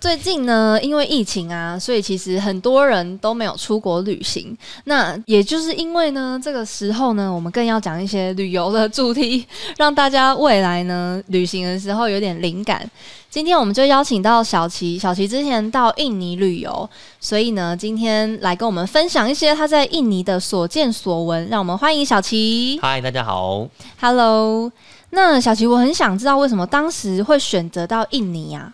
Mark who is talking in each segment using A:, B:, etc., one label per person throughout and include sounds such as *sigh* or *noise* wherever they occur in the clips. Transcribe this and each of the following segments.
A: 最近呢，因为疫情啊，所以其实很多人都没有出国旅行。那也就是因为呢，这个时候呢，我们更要讲一些旅游的主题，让大家未来呢旅行的时候有点灵感。今天我们就邀请到小琪，小琪之前到印尼旅游，所以呢，今天来跟我们分享一些他在印尼的所见所闻。让我们欢迎小琪。
B: 嗨，大家好。
A: Hello，那小琪，我很想知道为什么当时会选择到印尼啊？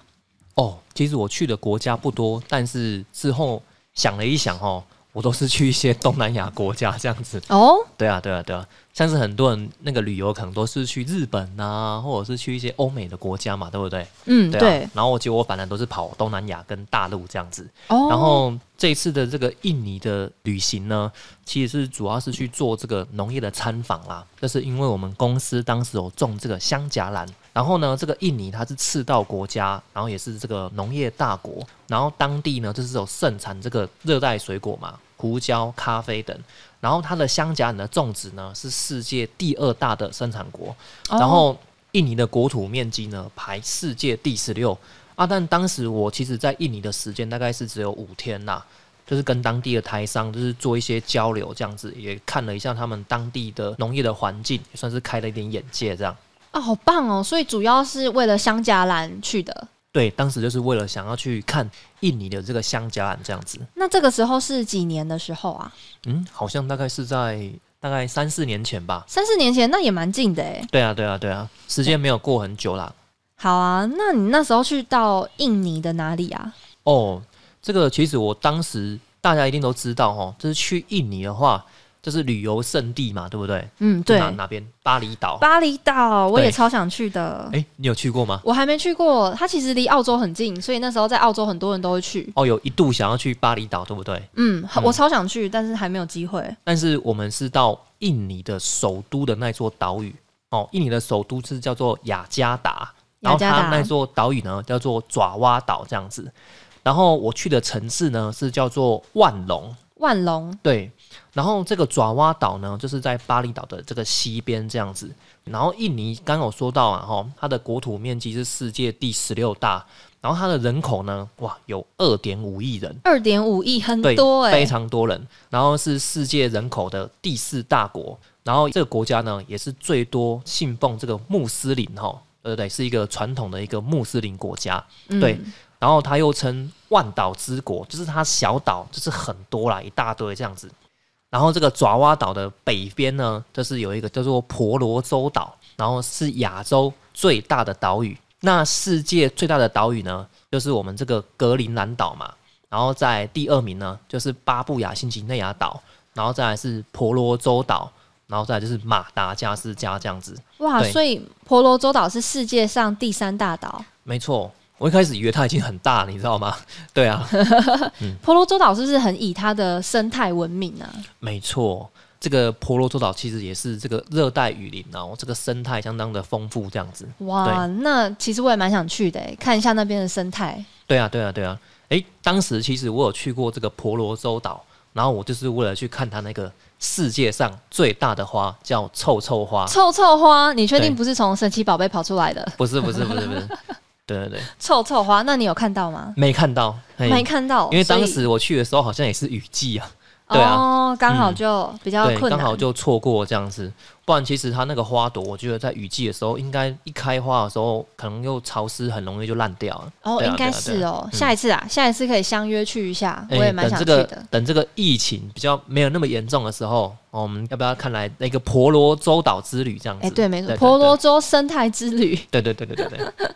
B: 哦，其实我去的国家不多，但是之后想了一想，哦，我都是去一些东南亚国家这样子。
A: 哦，
B: 对啊，对啊，对啊，像是很多人那个旅游可能都是去日本啊，或者是去一些欧美的国家嘛，对不对？
A: 嗯，
B: 对啊。
A: 对，
B: 然后我结果我反而都是跑东南亚跟大陆这样子。
A: 哦，
B: 然后这一次的这个印尼的旅行呢，其实是主要是去做这个农业的参访啦。这是因为我们公司当时有种这个香荚兰，然后呢，这个印尼它是赤道国家，然后也是这个农业大国，然后当地呢就是有盛产这个热带水果嘛，胡椒、咖啡等。然后它的香荚兰的种植呢是世界第二大的生产国，
A: 哦
B: 然后印尼的国土面积呢排世界第十六啊，但当时我其实在印尼的时间大概是只有五天啦、就是跟当地的台商就是做一些交流这样子，也看了一下他们当地的农业的环境，也算是开了一点眼界这样。
A: 啊，好棒哦！所以主要是为了香荚兰去的。
B: 对，当时就是为了想要去看印尼的这个香荚兰这样子，
A: 那这个时候是几年的时候啊？
B: 嗯，好像大概是在大概三四年前吧。
A: 三四年前，那也蛮近的诶。
B: 对啊，对啊，对啊，时间没有过很久啦，
A: 好啊，那你那时候去到印尼的哪里啊？
B: 哦，这个其实我当时大家一定都知道哦，就是去印尼的话，就是旅游胜地嘛，对不对？
A: 嗯，对，
B: 哪哪边？巴厘岛。
A: 巴厘岛，我也
B: 对
A: 超想去的。
B: 哎，你有去过吗？
A: 我还没去过，它其实离澳洲很近，所以那时候在澳洲很多人都会去。
B: 哦，有一度想要去巴厘岛，对不对？
A: 嗯，
B: 嗯
A: 我超想去，但是还没有机会。
B: 但是我们是到印尼的首都的那座岛屿哦，印尼的首都是叫做雅加达，
A: 雅
B: 然后
A: 加
B: 它
A: 达
B: 那座岛屿呢叫做爪哇岛这样子。然后我去的城市呢是叫做万隆，
A: 万隆，
B: 对，然后这个爪哇岛呢，就是在巴厘岛的这个西边这样子。然后印尼刚有说到啊，哈，它的国土面积是世界第十六大，然后它的人口呢，哇，有二点五亿人，
A: 二点五亿，很
B: 对，
A: 多哎、
B: 非常多人。然后是世界人口的第四大国，然后这个国家呢，也是最多信奉这个穆斯林哈，对不对？是一个传统的一个穆斯林国家。
A: 嗯
B: 对，然后它又称万岛之国，就是它小岛就是很多啦，一大堆这样子。然后这个爪哇岛的北边呢，就是有一个叫做婆罗洲岛，然后是亚洲最大的岛屿。那世界最大的岛屿呢，就是我们这个格陵兰岛嘛。然后在第二名呢，就是巴布亚新几内亚岛，然后再来是婆罗洲岛，然后再来就是马达加斯加这样子。
A: 哇，
B: 对
A: 所以婆罗洲岛是世界上第三大岛。
B: 没错，我一开始以为它已经很大了，你知道吗？ *laughs* 对啊，
A: 婆罗洲岛是不是很以它的生态闻名啊？
B: 没错，这个婆罗洲岛其实也是这个热带雨林哦，这个生态相当的丰富，这样子。
A: 哇，那其实我也蛮想去的欸，看一下那边的生态。
B: 对啊，对啊，对啊。诶，当时其实我有去过这个婆罗洲岛，然后我就是为了去看它那个世界上最大的花，叫臭臭花。
A: 臭臭花，你确定
B: 啊对
A: 不是从神奇宝贝跑出来的？
B: 不是，不是，不是，不是。对对对，
A: 臭臭花，那你有看到吗？
B: 没看到，嘿
A: 没看到，
B: 哎因为当
A: 所以
B: 时我去的时候好像也是雨季啊。对啊嗯
A: 哦，刚好就比较
B: 对，
A: 困
B: 刚
A: 难。
B: 好就错过这样子。不然其实它那个花朵，我觉得在雨季的时候，应该一开花的时候，可能又潮湿，很容易就烂掉了。
A: 哦，
B: 对啊
A: 应该
B: 对啊对啊
A: 是哦，
B: 嗯
A: 下一次啊，下一次可以相约去一下，我
B: 哎
A: 也蛮
B: 等
A: 想
B: 这
A: 去
B: 个
A: 的。
B: 等这个疫情比较没有那么严重的时候，哦我们要不要看来那个婆罗洲岛之旅这样子？
A: 哎，对，没错，婆罗。洲生态之旅。
B: 对对对对对对对，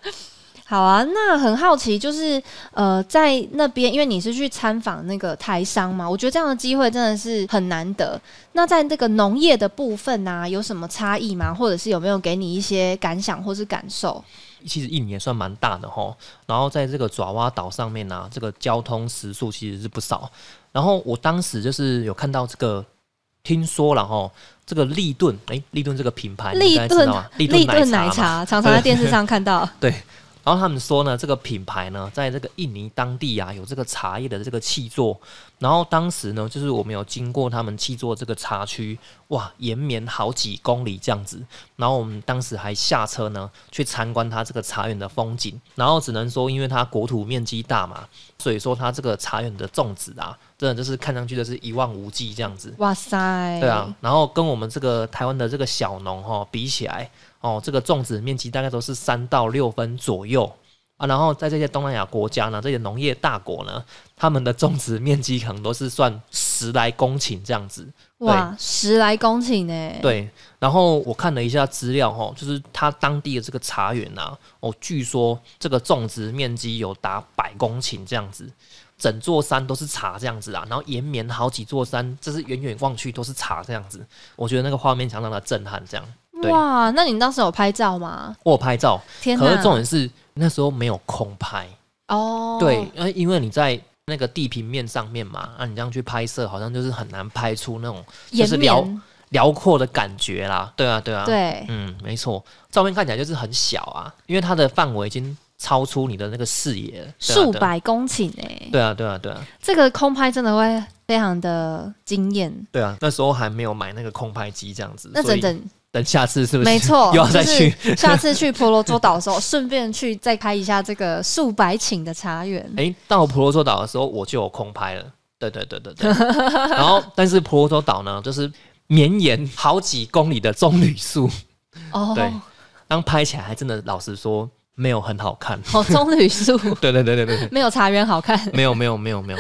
A: 好啊，那很好奇，就是呃，在那边，因为你是去参访那个台商嘛，我觉得这样的机会真的是很难得。那在这个农业的部分啊，有什么差异吗？或者是有没有给你一些感想或是感受？
B: 其实印尼也算蛮大的吼。然后在这个爪哇岛上面呢、啊这个交通时速其实是不少。然后我当时就是有看到这个，听说了吼，这个利顿，哎，利顿这个品牌，你
A: 立
B: 应该知道啊，利顿
A: 顿
B: 奶
A: 奶
B: 茶
A: 茶
B: 嘛。
A: 常常在电视上看
B: *laughs*
A: 到，
B: 然后他们说呢，这个品牌呢，在这个印尼当地啊，有这个茶叶的这个气作。然后当时呢，就是我们有经过他们气作这个茶区，哇，延绵好几公里这样子。然后我们当时还下车呢，去参观它这个茶园的风景。然后只能说，因为它国土面积大嘛，所以说它这个茶园的种植啊，真的就是看上去就是一望无际这样子。
A: 哇塞，
B: 对啊，，然后跟我们这个台湾的这个小农哈、比起来，哦，这个种植面积大概都是三到六分左右啊。然后在这些东南亚国家呢，这些农业大国呢，他们的种植面积可能都是算十来公顷这样子。
A: 哇，十来公顷呢，，
B: 对，然后我看了一下资料哈、就是它当地的这个茶园啊，哦，据说这个种植面积有达百公顷这样子。整座山都是茶这样子啊，然后延绵好几座山，这是远远望去都是茶这样子。我觉得那个画面相当的震撼。这样，对
A: 哇，那你当时有拍照吗？
B: 我有拍照，
A: 天
B: 可是重
A: 哪，
B: 点是那时候没有空拍，
A: 哦，
B: 对，，因为因为你在那个地平面上面嘛，啊，你这样去拍摄，好像就是很难拍出那种就
A: 延
B: 是聊
A: 绵，
B: 辽阔的感觉啦。对啊，对啊，
A: 对，
B: 嗯，没错，照片看起来就是很小啊，因为它的范围已经超出你的那个视野了，对啊
A: 数。百公顷哎，
B: 对啊，对啊，对啊对啊，
A: 这个空拍真的会非常的惊艳。
B: 对啊，那时候还没有买那个空拍机这样子，
A: 那
B: 所
A: 整
B: 以
A: 整
B: 等下次是不是？
A: 没错，
B: *laughs* 又要再去，
A: 就是下次去婆罗洲岛的时候，顺便去再拍一下这个数百顷的茶园。
B: 诶，哎到婆罗洲岛的时候我就有空拍了。对对对
A: *laughs*
B: 对对。然后，但是婆罗洲岛呢，就是绵延好几公里的棕榈树，
A: 哦，
B: 对当拍起来还真的老实说没有很好看。 *laughs*
A: 好棕榈树 *laughs*
B: 对对对对对对，
A: 没有茶园好看。
B: *laughs* 没有没有没有没有，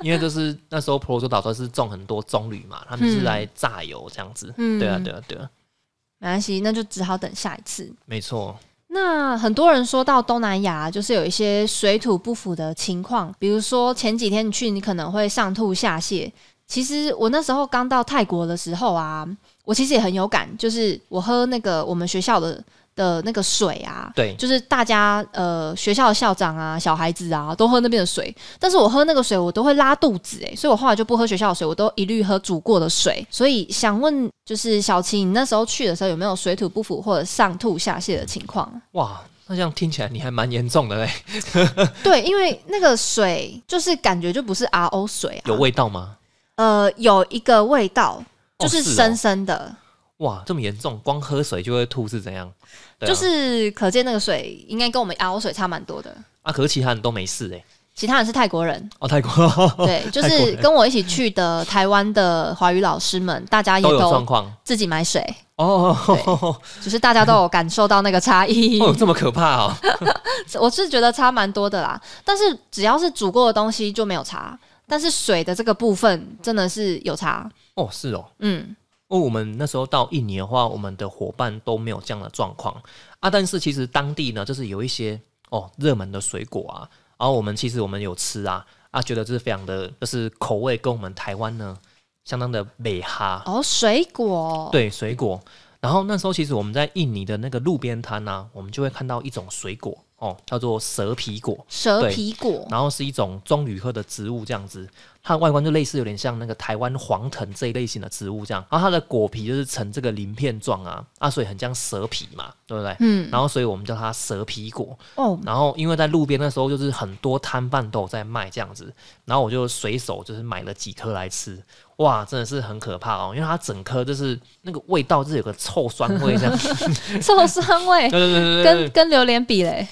B: 因为就是那时候婆罗洲岛都是种很多棕榈嘛，他们是来榨油这样子。
A: 嗯
B: 对啊对啊对啊，
A: 没关系，那就只好等下一次。
B: 没错。
A: 那很多人说到东南亚，就是有一些水土不服的情况，比如说前几天你去，你可能会上吐下泻。其实我那时候刚到泰国的时候啊，我其实也很有感，就是我喝那个我们学校的的那个水啊，
B: 对
A: 就是大家呃学校的校长啊、小孩子啊都喝那边的水，但是我喝那个水我都会拉肚子诶、所以我后来就不喝学校的水，我都一律喝煮过的水。所以想问，就是小琪，你那时候去的时候有没有水土不服或者上吐下泻的情况？
B: 哇，那这样听起来你还蛮严重的嘞，
A: 对，因为那个水就是感觉就不是 RO 水啊，
B: 有味道吗？
A: 呃有一个味道，
B: 哦
A: 就是
B: 哦
A: 深深的，
B: 哇，这么严重，光喝水就会吐是怎样？对啊
A: 就是可见那个水应该跟我们 RO 水差蛮多的。
B: 啊，可是其他人都没事哎、
A: 其他人是泰国人，
B: 哦，泰国
A: 对，
B: *laughs*
A: 就
B: 泰国
A: 是
B: 人
A: 跟我一起去的台湾的华语老师们，大家也
B: 都有状
A: 都
B: 况
A: 自己买水，
B: *laughs* 哦，
A: 只是大家都有感受到那个差异。
B: *laughs* 哦，这么可怕哦！
A: 我是觉得差蛮多的啦，但是只要是煮过的东西就没有差，但是水的这个部分真的是有差。
B: 哦，是哦。
A: 嗯，
B: 哦，我们那时候到印尼的话，我们的伙伴都没有这样的状况啊。但是其实当地呢，就是有一些哦热门的水果啊，然后我们其实我们有吃啊啊，觉得这是非常的，就是口味跟我们台湾呢相当的美哈。
A: 哦，水果，
B: 对水果。然后那时候其实我们在印尼的那个路边摊呢、我们就会看到一种水果哦，叫做蛇皮果。
A: 蛇
B: 对
A: 皮果，
B: 然后是一种棕榈科的植物，这样子，它的外观就类似有点像那个台湾黄藤这一类型的植物这样，然后它的果皮就是呈这个鳞片状啊，啊，所以很像蛇皮嘛，对不对？
A: 嗯，
B: 然后所以我们叫它蛇皮果。
A: 哦，
B: 然后因为在路边那时候就是很多摊贩都有在卖这样子，然后我就随手就是买了几颗来吃，哇，真的是很可怕哦，因为它整颗就是那个味道就是有个臭酸味 *laughs* 这样，
A: 臭酸味
B: *laughs* 对对对对对
A: 跟，跟榴莲比嘞，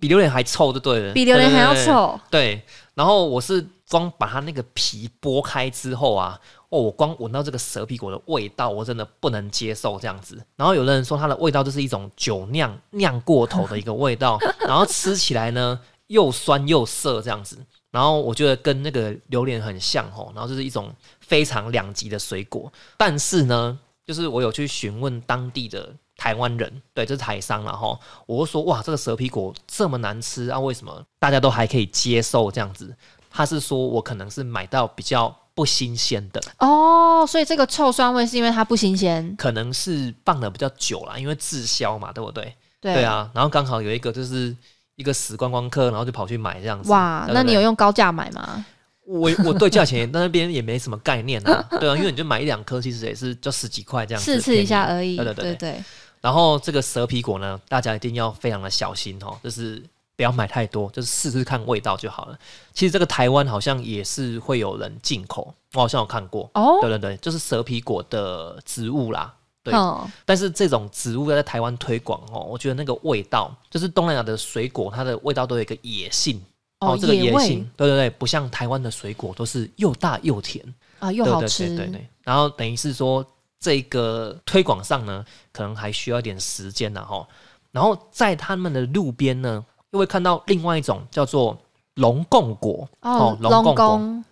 B: 比榴莲还臭就对了，
A: 比榴莲还要
B: 对。对对对
A: 臭。
B: 对，然后我是光把它那个皮剥开之后啊，哦，我光闻到这个蛇皮果的味道，我真的不能接受这样子。然后有的人说它的味道就是一种酒酿酿过头的一个味道，然后吃起来呢又酸又涩这样子。然后我觉得跟那个榴莲很像吼，然后就是一种非常两极的水果。但是呢，就是我有去询问当地的台湾人，对，这、是台商然后我就说哇，这个蛇皮果这么难吃啊，为什么大家都还可以接受这样子？他是说我可能是买到比较不新鲜的，
A: 哦，所以这个臭酸味是因为它不新鲜，
B: 可能是放的比较久啦，因为滞销嘛，对不对？
A: 对
B: 对，啊，然后刚好有一个就是一个死观光客，然后就跑去买这样子。
A: 哇，
B: 对
A: 那
B: 不
A: 你
B: 对
A: 有用高价买吗？
B: 我我对价钱那边也没什么概念啊，对啊，因为你就买一两颗，其实也是就十几块这样子，
A: 试吃一下
B: 便宜
A: 而已，
B: 对对
A: 对
B: 对然后这个蛇皮果呢，大家一定要非常的小心哦，就是不要买太多，就是试试看味道就好了。其实这个台湾好像也是会有人进口，我好像有看过。
A: 哦，
B: 对对对，就是蛇皮果的植物啦。对哦
A: 嗯
B: 但是这种植物要在台湾推广哦，我觉得那个味道，就是东南亚的水果，它的味道都有一个野性。
A: 哦，
B: 这个
A: 野
B: 野
A: 味
B: 性，对对对，不像台湾的水果都是又大又甜，
A: 啊，又
B: 对
A: 好
B: 对
A: 吃，
B: 对对对。然后等于是说，这个推广上呢，可能还需要一点时间然后，然后在他们的路边呢，又会看到另外一种叫做龙贡果
A: 哦，
B: 龙
A: 龙
B: 贡果，
A: 宫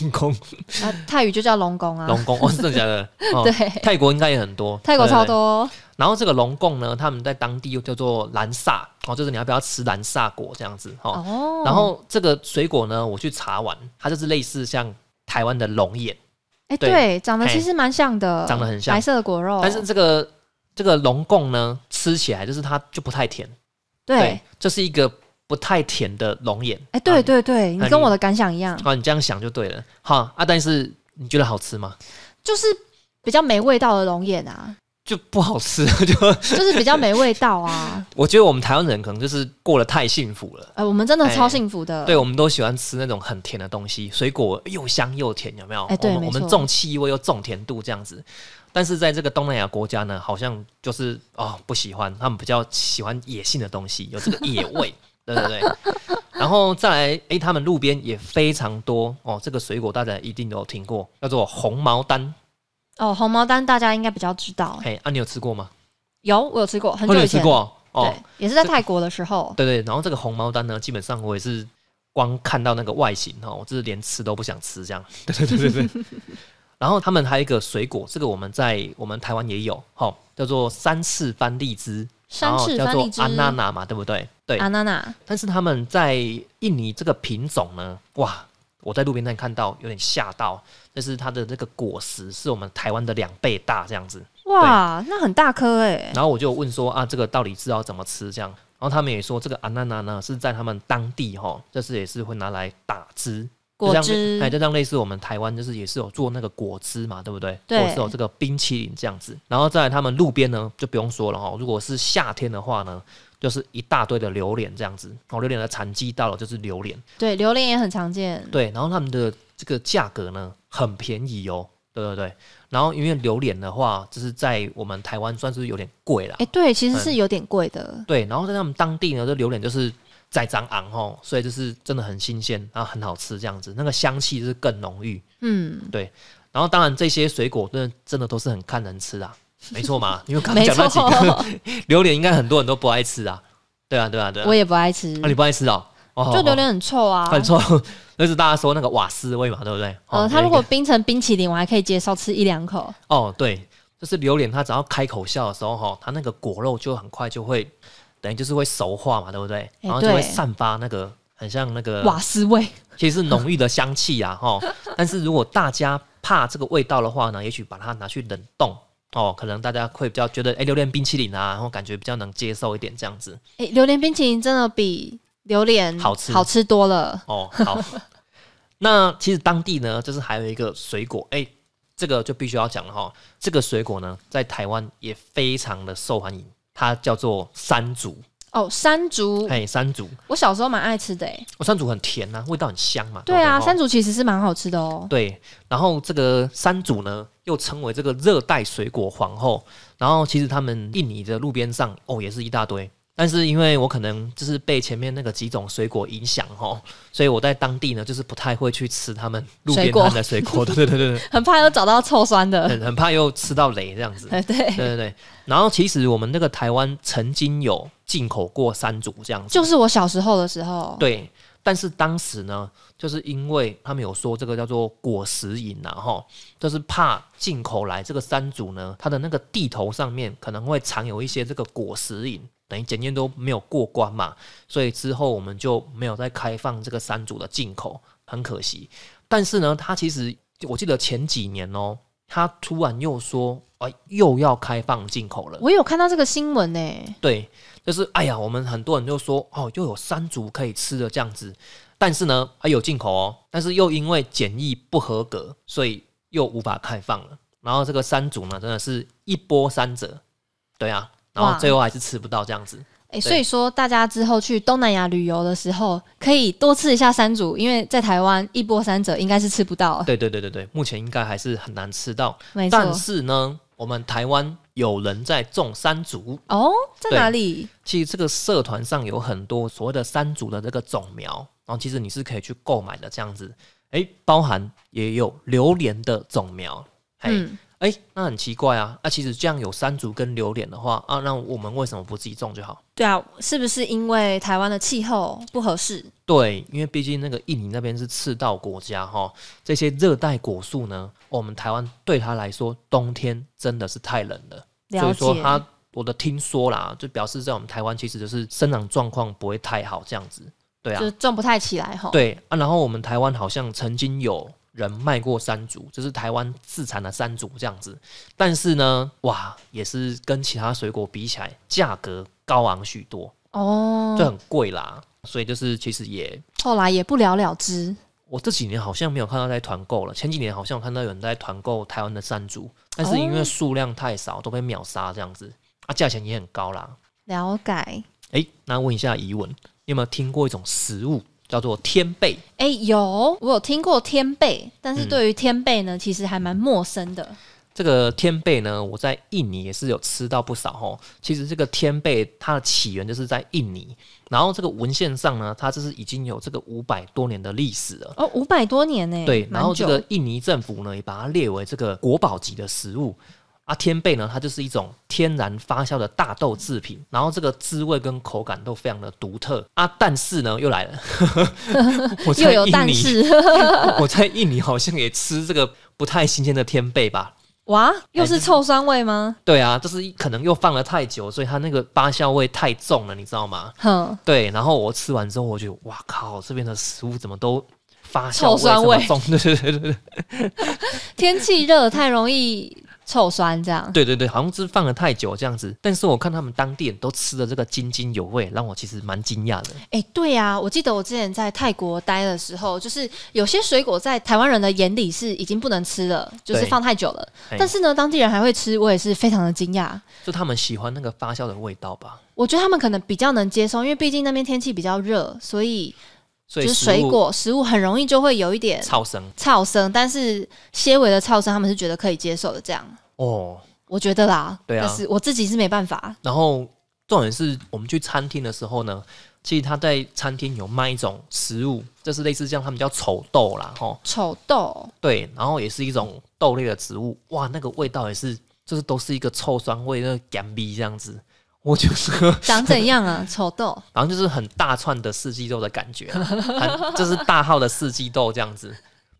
B: 龙贡
A: 啊，泰语就叫龙宫啊，
B: *laughs* 龙贡，哦，是真的假的？哦
A: *laughs* 对，
B: 泰国应该也很多，
A: 泰国
B: 对对
A: 超
B: 对
A: 多
B: 然后这个龙贡呢，他们在当地又叫做兰萨哦，就是你要不要吃兰萨果这样子哦。
A: 哦，
B: 然后这个水果呢，我去查完，它就是类似像台湾的龙眼，
A: 哎，
B: 对
A: 对，长得其
B: 嘿
A: 实蛮像的，
B: 长得很像
A: 白色的果肉，
B: 但是这个这个龙贡呢，吃起来就是它就不太甜，
A: 对，，
B: 这是一个不太甜的龙眼。
A: 哎，对
B: 啊
A: 对对，你
B: 那
A: 跟
B: 你
A: 我的感想一样，
B: 好，你这样想就对了。好啊，但是你觉得好吃吗？
A: 就是比较没味道的龙眼啊，
B: 就不好吃， *laughs* 就
A: 就是比较没味道
B: *laughs*
A: 啊，
B: 我觉得我们台湾人可能就是过得太幸福了。
A: 哎，我们真的超
B: 哎
A: 幸福的，
B: 对，我们都喜欢吃那种很甜的东西，水果又香又甜，有没有？
A: 哎对
B: 我们
A: 没
B: 我
A: 错
B: 们重气味又重甜度这样子。但是在这个东南亚国家呢，好像就是哦不喜欢，他们比较喜欢野性的东西，有这个野味，对对对。然后再来，哎、他们路边也非常多哦，这个水果大家一定都有听过，叫做红毛丹。
A: 哦，红毛丹大家应该比较知道，
B: 哎、啊，你有吃过吗？
A: 有我有吃哦过，很
B: 哦
A: 久
B: 你有
A: 以
B: 吃
A: 前，
B: 过哦
A: 对，，也是在
B: 这
A: 泰国的时候，
B: 对对。然后这个红毛丹呢，基本上我也是光看到那个外形哦，我就是连吃都不想吃这样。 *laughs* 对对对对对。然后他们还有一个水果，这个我们在我们台湾也有，哦，叫做三翅番荔枝，然
A: 山
B: 后
A: 赤
B: 哦叫
A: 番
B: 做
A: 荔枝，啊
B: 安娜娜嘛，对不对？对。
A: 安娜娜，
B: 但是他们在印尼这个品种呢，哇，我在路边摊看到有点吓到，就是它的这个果实是我们台湾的两倍大这样子。
A: 哇，那很大颗哎，
B: 然后我就有问说啊，这个到底是要怎么吃这样？然后他们也说，这个安娜娜呢是在他们当地哈，就是也是会拿来打汁，
A: 果
B: 就像
A: 汁
B: 哎，，就像类似我们台湾就是也是有做那个果汁嘛，对不对？
A: 对
B: 或是有这个冰淇淋这样子。然后在他们路边呢，就不用说了哈，如果是夏天的话呢，就是一大堆的榴莲这样子，哦，榴莲的产季到了就是榴莲，
A: 对，榴莲也很常见，
B: 对，然后他们的这个价格呢很便宜哦。对对对，然后因为榴莲的话，就是在我们台湾算是有点贵啦，
A: 哎，对，其实
B: 嗯
A: 是有点贵的，
B: 对，然后在他们当地呢，这榴莲就是在长昂吼，所以就是真的很新鲜，然后很好吃这样子，那个香气就是更浓郁。
A: 嗯，
B: 然后当然这些水果真的真的都是很看人吃啊，没
A: *laughs*
B: 错嘛，因为刚
A: 没
B: 刚讲
A: 错
B: 那，几个 *laughs* 啊榴莲，应该很多人都不爱吃啊。对啊，对啊，对啊。
A: 我也不爱吃，
B: 啊，你不爱吃哦？哦，
A: 就
B: 哦
A: 榴莲很臭啊
B: 哦，很臭，那是大家说那个瓦斯味嘛，对不对？哦
A: 呃，它
B: 有
A: 如
B: 一个
A: 果冰成冰淇淋，我还可以接受吃一两口，
B: 哦，对，就是榴莲，它只要开口笑的时候，哈，它那个果肉就很快就会，等于就是会熟化嘛，对不对？然后就
A: 对
B: 会散发那个很像那个
A: 瓦斯味，
B: 其实是浓郁的香气啊， *laughs* 哈。但是如果大家怕这个味道的话呢，也许把它拿去冷冻哦，可能大家会比较觉得，哎、榴莲冰淇淋啊，然后感觉比较能接受一点这样子
A: 哎，榴莲冰淇淋真的比榴莲
B: 好吃
A: 好吃多了，
B: 哦。好， *laughs* 那其实当地呢，就是还有一个水果，哎、这个就必须要讲了哈。这个水果呢，在台湾也非常的受欢迎，它叫做山竹，
A: 哦，山竹，
B: 哎、山竹，
A: 我小时候蛮爱吃的，哎，
B: 哦，山竹很甜呐、味道很香嘛。
A: 对啊，
B: 不哦
A: 山竹其实是蛮好吃的哦。
B: 对，然后这个山竹呢，又称为这个热带水果皇后。然后其实他们印尼的路边上哦，也是一大堆。但是因为我可能就是被前面那个几种水果影响哦，所以我在当地呢，就是不太会去吃他们路
A: 水
B: 边
A: 果
B: 摊的水果。 *laughs* 对对对对，对
A: 很怕又找到臭酸的。
B: 很很怕又吃到雷这样子。
A: 哎， *laughs* 对，
B: *laughs* 对对对。然后其实我们那个台湾曾经有进口过山竹这样子，
A: 就是我小时候的时候，
B: 对，但是当时呢，就是因为他们有说这个叫做果实瘾啊，哈，就是怕进口来这个山竹呢，它的那个地头上面可能会藏有一些这个果实瘾，等于检验都没有过关嘛，所以之后我们就没有再开放这个山竹的进口，很可惜。但是呢，它其实我记得前几年哦，它突然又说，哎，又要开放进口了。
A: 我有看到这个新闻欸呢、
B: 对，就是哎呀，我们很多人就说哦，又有山竹可以吃的这样子，但是呢，还有进口哦，但是又因为检疫不合格，所以又无法开放了。然后这个山竹呢，真的是一波三折，对啊，然
A: 哇
B: 后最后还是吃不到这样子。
A: 哎，所以说大家之后去东南亚旅游的时候，可以多吃一下山竹，因为在台湾一波三折应该是吃不到。
B: 对对对对对，
A: *laughs*
B: 目前应该还是很难吃到，
A: 没错。
B: 但是呢，我们台湾有人在种山竹，
A: 哦，在
B: 对
A: 哪里？
B: 其实这个社团上有很多所谓的山竹的这个种苗，然后其实你是可以去购买的这样子。诶，包含也有榴莲的种苗，哎、
A: 嗯，
B: 诶，那很奇怪啊。那、其实这样有山竹跟榴莲的话啊，那我们为什么不自己种就好？
A: 对啊，是不是因为台湾的气候不合适？
B: 对，因为毕竟那个印尼那边是赤道国家哈，这些热带果树呢，我们台湾对它来说冬天真的是太冷了，所
A: 了
B: 以说
A: 解，
B: 它我的听说啦，就表示在我们台湾其实就是生长状况不会太好这样子。对啊
A: 就，种不太起来哈。，
B: 对啊，然后我们台湾好像曾经有人卖过山竹，就是台湾自产的山竹这样子，但是呢，哇，也是跟其他水果比起来，价格高昂许多，就
A: 哦，
B: 很贵啦。所以就是其实也，
A: 后来也不了了之。
B: 我这几年好像没有看到在团购了，前几年好像有看到有人在团购台湾的山竹，但是因为
A: 哦
B: 数量太少，都被秒杀这样子，啊，价钱也很高啦。
A: 了解。
B: 诶，那问一下怡文，你有没有听过一种食物叫做天贝？
A: 哎、有我有听过天贝，但是
B: 嗯
A: 对于天贝呢，其实还蛮陌生的。
B: 这个天贝呢，我在印尼也是有吃到不少哦。其实这个天贝它的起源就是在印尼，然后这个文献上呢，它就是已经有这个五百多年的历史了。
A: 哦，五百多年呢、
B: 对，
A: 蛮
B: 然后这
A: 久
B: 个印尼政府呢也把它列为这个国宝级的食物。啊，天贝呢，它就是一种天然发酵的大豆制品，然后这个滋味跟口感都非常的独特啊。但是呢，又
A: *laughs*
B: 来了，我
A: 又
B: 在
A: 有
B: 印
A: 但
B: 尼，
A: 是
B: *laughs* 我在印尼好像也吃这个不太新鲜的天贝吧，
A: *laughs*
B: *laughs*
A: 哇，又是臭酸味吗？
B: 对啊，就是可能又放了太久，所以它那个发酵味太重了，你知道吗？
A: 哼，
B: 对，然后我吃完之后，我觉得哇靠，这边的食物怎么都发酵
A: 臭酸味
B: 这么重？对 *laughs* 对对对对
A: 天气热太容易臭酸，这样
B: 对对对，好像是放了太久这样子。但是我看他们当地人都吃的这个津津有味，让我其实蛮惊讶的。
A: 哎、对呀、我记得我之前在泰国待的时候，就是有些水果在台湾人的眼里是已经不能吃了，就是
B: 对
A: 放太久了。
B: 嘿
A: 但是呢，当地人还会吃，我也是非常的惊讶。
B: 就他们喜欢那个发酵的味道吧，
A: 我觉得他们可能比较能接受，因为毕竟那边天气比较热，所以
B: 所
A: 就
B: 以
A: 是
B: 食
A: 水
B: 物
A: 果食物很容易就会有一点
B: 超生
A: 燥生，但是些微的燥生他们是觉得可以接受的。这样，
B: 哦。
A: 我觉得啦，
B: 对啊
A: 但是我自己是没办法。
B: 然后重点是我们去餐厅的时候呢，其实他在餐厅有卖一种食物，就是类似像他们叫丑豆啦，吼。
A: 丑豆，
B: 对，然后也是一种豆类的植物，哇，那个味道也是，就是都是一个臭酸味，那个干逼这样子。我就是，
A: 长怎样
B: *laughs*
A: 啊？丑豆，
B: 然后就是很大串的四季豆的感觉啊，很就是大号的四季豆这样子，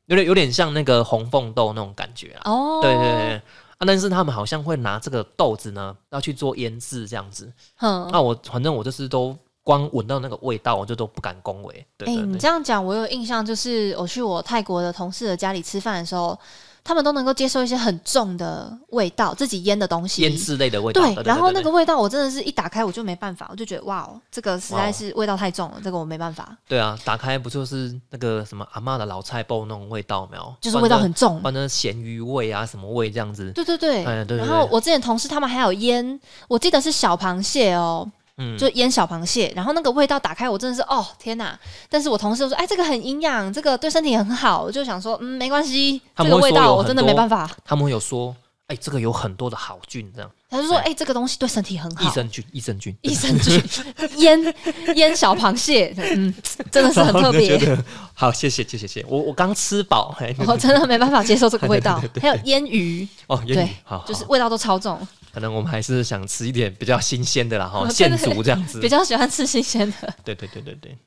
B: 有点有点像那个红凤豆那种感觉啊。
A: 哦，
B: 对对对对，啊，但是他们好像会拿这个豆子呢，要去做腌制这样子。
A: 哼，
B: 那我反正我就是都光闻到那个味道，我就都不敢恭维。对
A: 哎、
B: 对
A: 你
B: 对，
A: 这样讲，我有印象，就是我去我泰国的同事的家里吃饭的时候，他们都能够接受一些很重的味道，自己腌的东西。
B: 腌制类的味道。
A: 对，然后
B: 对
A: 那个味道，我真的是一打开我就没办法，我就觉得哇，哦，这个实在是味道太重了，这个我没办法，
B: 对啊，打开不就是那个什么阿嬷的老菜包那种味道没有？
A: 就是味道很重
B: 不。然就是，反正咸鱼味啊，什么味这样子。
A: 对对对，
B: 哎对对对
A: 然后我之前同事他们还有腌，我记得是小螃蟹哦，
B: 嗯，
A: 就腌小螃蟹，然后那个味道打开，我真的是哦天哪！但是我同事就说，哎，这个很营养，这个对身体很好，我就想说，嗯，没关系，
B: 他
A: 这
B: 们
A: 个
B: 会
A: 味
B: 说
A: 道
B: 有
A: 我
B: 很
A: 真的没
B: 多
A: 办法。
B: 他们会有说，哎、这个有很多的好菌，这样
A: 他就说，
B: 哎
A: 哎、这个东西对身体很
B: 益
A: 好。
B: 生菌，益生菌，
A: *laughs* 益生
B: *laughs*
A: 菌腌腌小螃蟹，嗯，真的是很特别
B: 然后你就，哦觉得 *laughs* 好，谢谢，谢谢，谢谢。我我刚吃饱，哎、
A: 我真的没办法接受这个味道。还有腌鱼，
B: 哦，也
A: 对
B: 好，好
A: 就是味道都超重，
B: 可能我们还是想吃一点比较新鲜的啦，哈，
A: *laughs* 对
B: 现
A: 对
B: 煮这样子
A: 比。较喜欢吃新鲜的。
B: 对对对对对，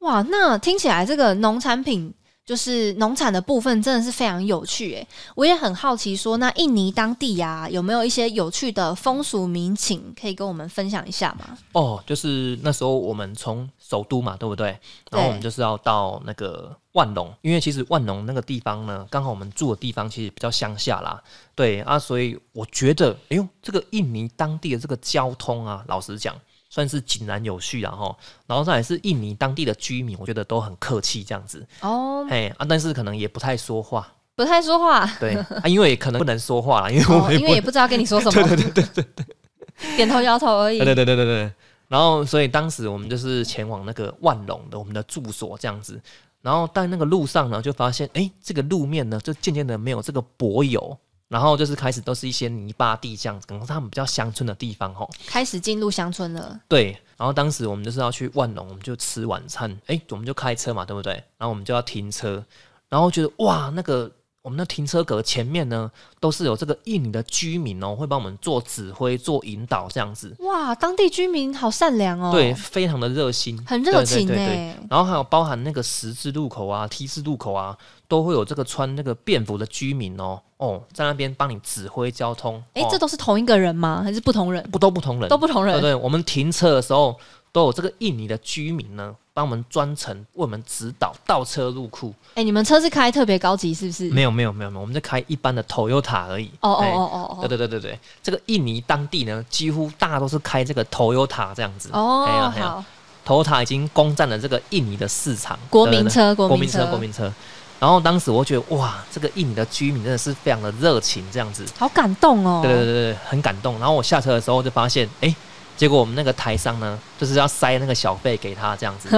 A: 哇，那听起来这个农产品就是农产的部分真的是非常有趣诶，我也很好奇说，那印尼当地呀、有没有一些有趣的风俗民情可以跟我们分享一下吗？
B: 哦，就是那时候我们从首都嘛，对不对？然后我们就是要到那个万隆，因为其实万隆那个地方呢，刚好我们住的地方其实比较乡下啦，对啊，所以我觉得，哎呦，这个印尼当地的这个交通啊，老实讲。算是井然有序啦吼，然后再来是印尼当地的居民，我觉得都很客气这样子，
A: 哦，
B: 哎啊，但是可能也不太说话，
A: 不太说
B: *laughs*
A: 话，
B: 对啊，因为可能不能说话啦，因为我
A: 哦
B: 们也
A: 因 *laughs*
B: 不
A: 为也不知道跟你说什么，对对对对对，点头摇头而已
B: 对。对对对对对。然后所以当时我们就是前往那个万隆的我们的住所这样子，然后但那个路上呢，就发现哎，诶这个路面呢就渐渐的没有这个柏油。然后就是开始都是一些泥巴地这样子，可能是他们比较乡村的地方吼。
A: 开始进入乡村了。
B: 对，然后当时我们就是要去万隆，我们就吃晚餐，诶，我们就开车嘛，对不对？然后我们就要停车，然后觉得哇，那个我们的停车格前面呢，都是有这个印尼的居民哦，会帮我们做指挥、做引导这样子，
A: 哇，当地居民好善良哦，
B: 对，，非常的热心，
A: 很热情
B: 对对对对
A: 哎。
B: 然后还有包含那个十字路口啊、T 字路口啊，都会有这个穿那个便服的居民哦，哦，在那边帮你指挥交通。
A: 哎、
B: 哦
A: 这都是同一个人吗？还是不同人？
B: 不都不同人，
A: 都不同人
B: 对对，我们停车的时候都有这个印尼的居民呢，帮我们专程为我们指导倒车入库。
A: 哎、你们车是开特别高级是不是？
B: 没有没有没有没有，我们就开一般的 Toyota 而已。
A: 哦哦
B: 哎
A: 哦哦
B: 对对对对对，这个印尼当地呢，几乎大家都是开这个 Toyota 这样子。
A: 哦，哦、
B: 哎呀哎呀
A: 好，
B: ，Toyota 已经攻占了这个印尼的市场，
A: 国
B: 对对
A: 民
B: 对
A: 车，国
B: 国
A: 民
B: 民车，国民车。然后当时我觉得哇，这个印尼的居民真的是非常的热情，这样子。
A: 好感动哦。
B: 对对对对，很感动。然后我下车的时候就发现，哎、结果我们那个台商呢，就是要塞那个小费给他这样 *laughs* 子。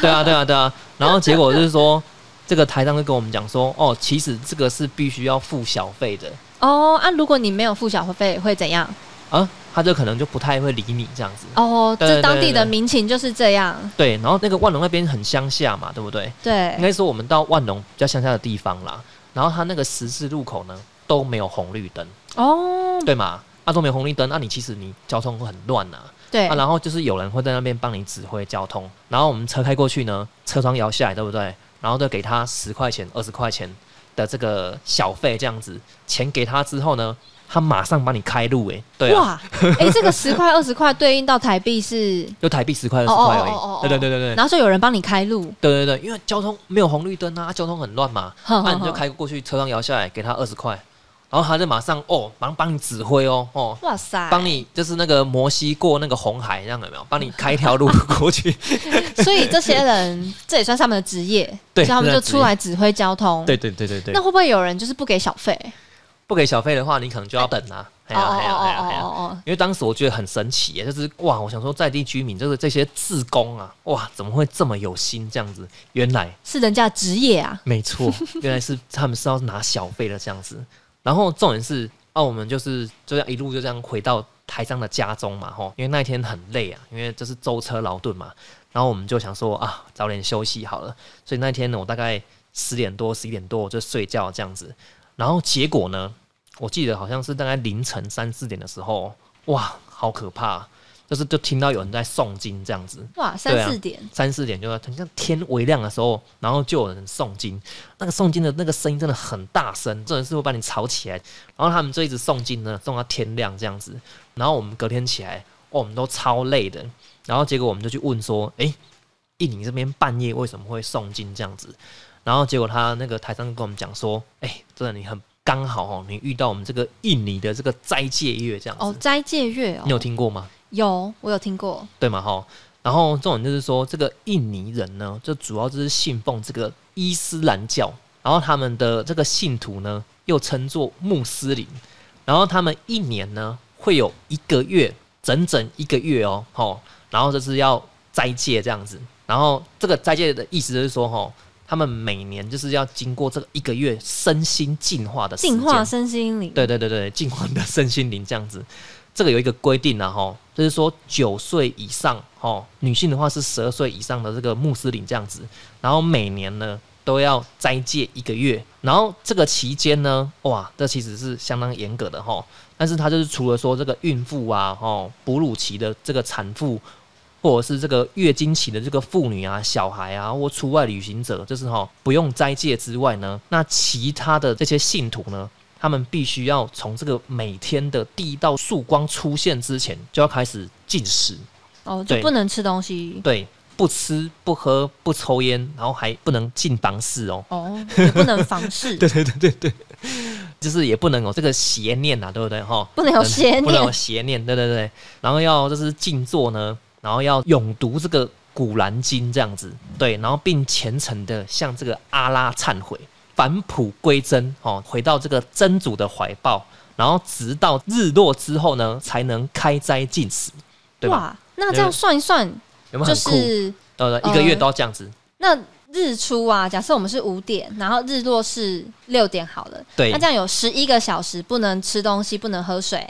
B: 对啊，对啊，对啊。然后结果就是说，这个台商就跟我们讲说，哦，其实这个是必须要付小费的
A: 哦啊，如果你没有付小费会怎样？
B: 啊，他就可能就不太会理你这样子。
A: 哦，
B: 对对
A: 这当地的
B: 对对
A: 民情就是这样。
B: 对，然后那个万隆那边很乡下嘛，对不对？应
A: 对，
B: 该说我们到万隆比较乡下的地方啦。然后他那个十字路口呢都没有红绿灯，
A: 哦，
B: 对嘛？啊都没有红绿灯，那、你其实你交通会很乱呐、
A: 对
B: 啊，，然后就是有人会在那边帮你指挥交通，然后我们车开过去呢，车窗摇下来，对不对？然后就给他十块钱、二十块钱的这个小费，这样子，钱给他之后呢，他马上帮你开路、欸，诶，对啊，
A: 哇，哎、这个十块二十块对应到台币是，
B: 就台币十块、二
A: 哦
B: 十
A: 哦
B: 块而
A: 哦哦哦
B: 已，对对对对对
A: 然后就有人帮你开路，
B: 对对对，因为交通没有红绿灯啊，交通很乱嘛，
A: *laughs* 哼
B: 那
A: 哼
B: 你
A: 哼
B: 就开过去，车窗摇下来，给他二十块，然后他就马上哦，马上帮你指挥哦，哦。
A: 哇塞，
B: 帮你就是那个摩西过那个红海，这样有没有？帮你开一条路 *laughs* 过去，
A: 所以这些人这也算是他们的职业，
B: 对
A: 所以他们
B: 这
A: 就是
B: 职业
A: 出来指挥交通。
B: 对对对对对
A: 那。会不会有人就是不给小费？
B: 不给小费的话，你可能就要等啊。哎呀哎呀哎呀哎呀！
A: 哦
B: 因为当时我觉得很神奇耶，就是哇，我想说在地居民就是这些志工啊，哇，怎么会这么有心这样子？原来
A: 是人家的职业啊。
B: 没错，原来是他们是要拿小费的这样子。然后重点是，啊，我们就是就这样一路就这样回到台商的家中嘛，吼，因为那一天很累啊，因为这是舟车劳顿嘛。然后我们就想说啊，早点休息好了。所以那天呢，我大概十点多、十一点多我就睡觉这样子。然后结果呢，我记得好像是大概凌晨三四点的时候，哇，好可怕啊、就是就听到有人在诵经这样子，
A: 哇，
B: 对
A: 三
B: 啊
A: 四点，
B: 三四点就要，很像天微亮的时候，然后就有人诵经，那个诵经的那个声音真的很大声，真的是会把你吵起来。然后他们就一直诵经呢，诵到天亮这样子。然后我们隔天起来，哦，我们都超累的。然后结果我们就去问说，诶，印尼这边半夜为什么会诵经这样子？然后结果他那个台上跟我们讲说，诶，真的你很刚好哦，你遇到我们这个印尼的这个斋戒月这样子，
A: 哦，斋戒月
B: 你有
A: 哦，
B: 听过吗？
A: 有我有听过，
B: 对嘛哈。然后重点就是说，这个印尼人呢，就主要就是信奉这个伊斯兰教，然后他们的这个信徒呢，又称作穆斯林，然后他们一年呢会有一个月，整整一个月哦，吼，然后就是要斋戒这样子，然后这个斋戒的意思就是说，吼，他们每年就是要经过这个一个月身心净化的时
A: 净
B: 间
A: 化身心灵。
B: 对对对对，进化你的身心灵这样子。这个有一个规定啊，吼，就是说九岁以上，吼，女性的话是十二岁以上的这个穆斯林这样子，然后每年呢都要斋戒一个月，然后这个期间呢，哇，这其实是相当严格的吼，但是它就是除了说这个孕妇啊，吼，哺乳期的这个产妇，或者是这个月经期的这个妇女啊、小孩啊，或出外旅行者，就是哈、不用斋戒之外呢，那其他的这些信徒呢，他们必须要从这个每天的第一道曙光出现之前，就要开始进食，
A: 哦，就
B: 对
A: 不能吃东西。
B: 对，不吃不喝不抽烟，然后还不能进房事哦，
A: 哦，也不能房
B: *laughs*
A: 事，
B: 就是也不能哦有这个邪念啊，对不对哈、
A: 不能有邪
B: 不能有
A: 念。
B: 邪念，对对对。然后要就是静坐呢，然后要咏读这个《古兰经》这样子，对，然后并虔诚的向这个阿拉忏悔，返璞归真哦，回到这个真主的怀抱，然后直到日落之后呢，才能开斋进食，对吧？
A: 哇，那这样算一算，
B: 有没有
A: 就
B: 很酷？
A: 是
B: 呃，
A: 呃
B: 一个月都要这样子，
A: 那日出啊，假设我们是五点，然后日落是六点好了，
B: 对
A: 那这，样有十一个小时不能吃东西，不能喝水，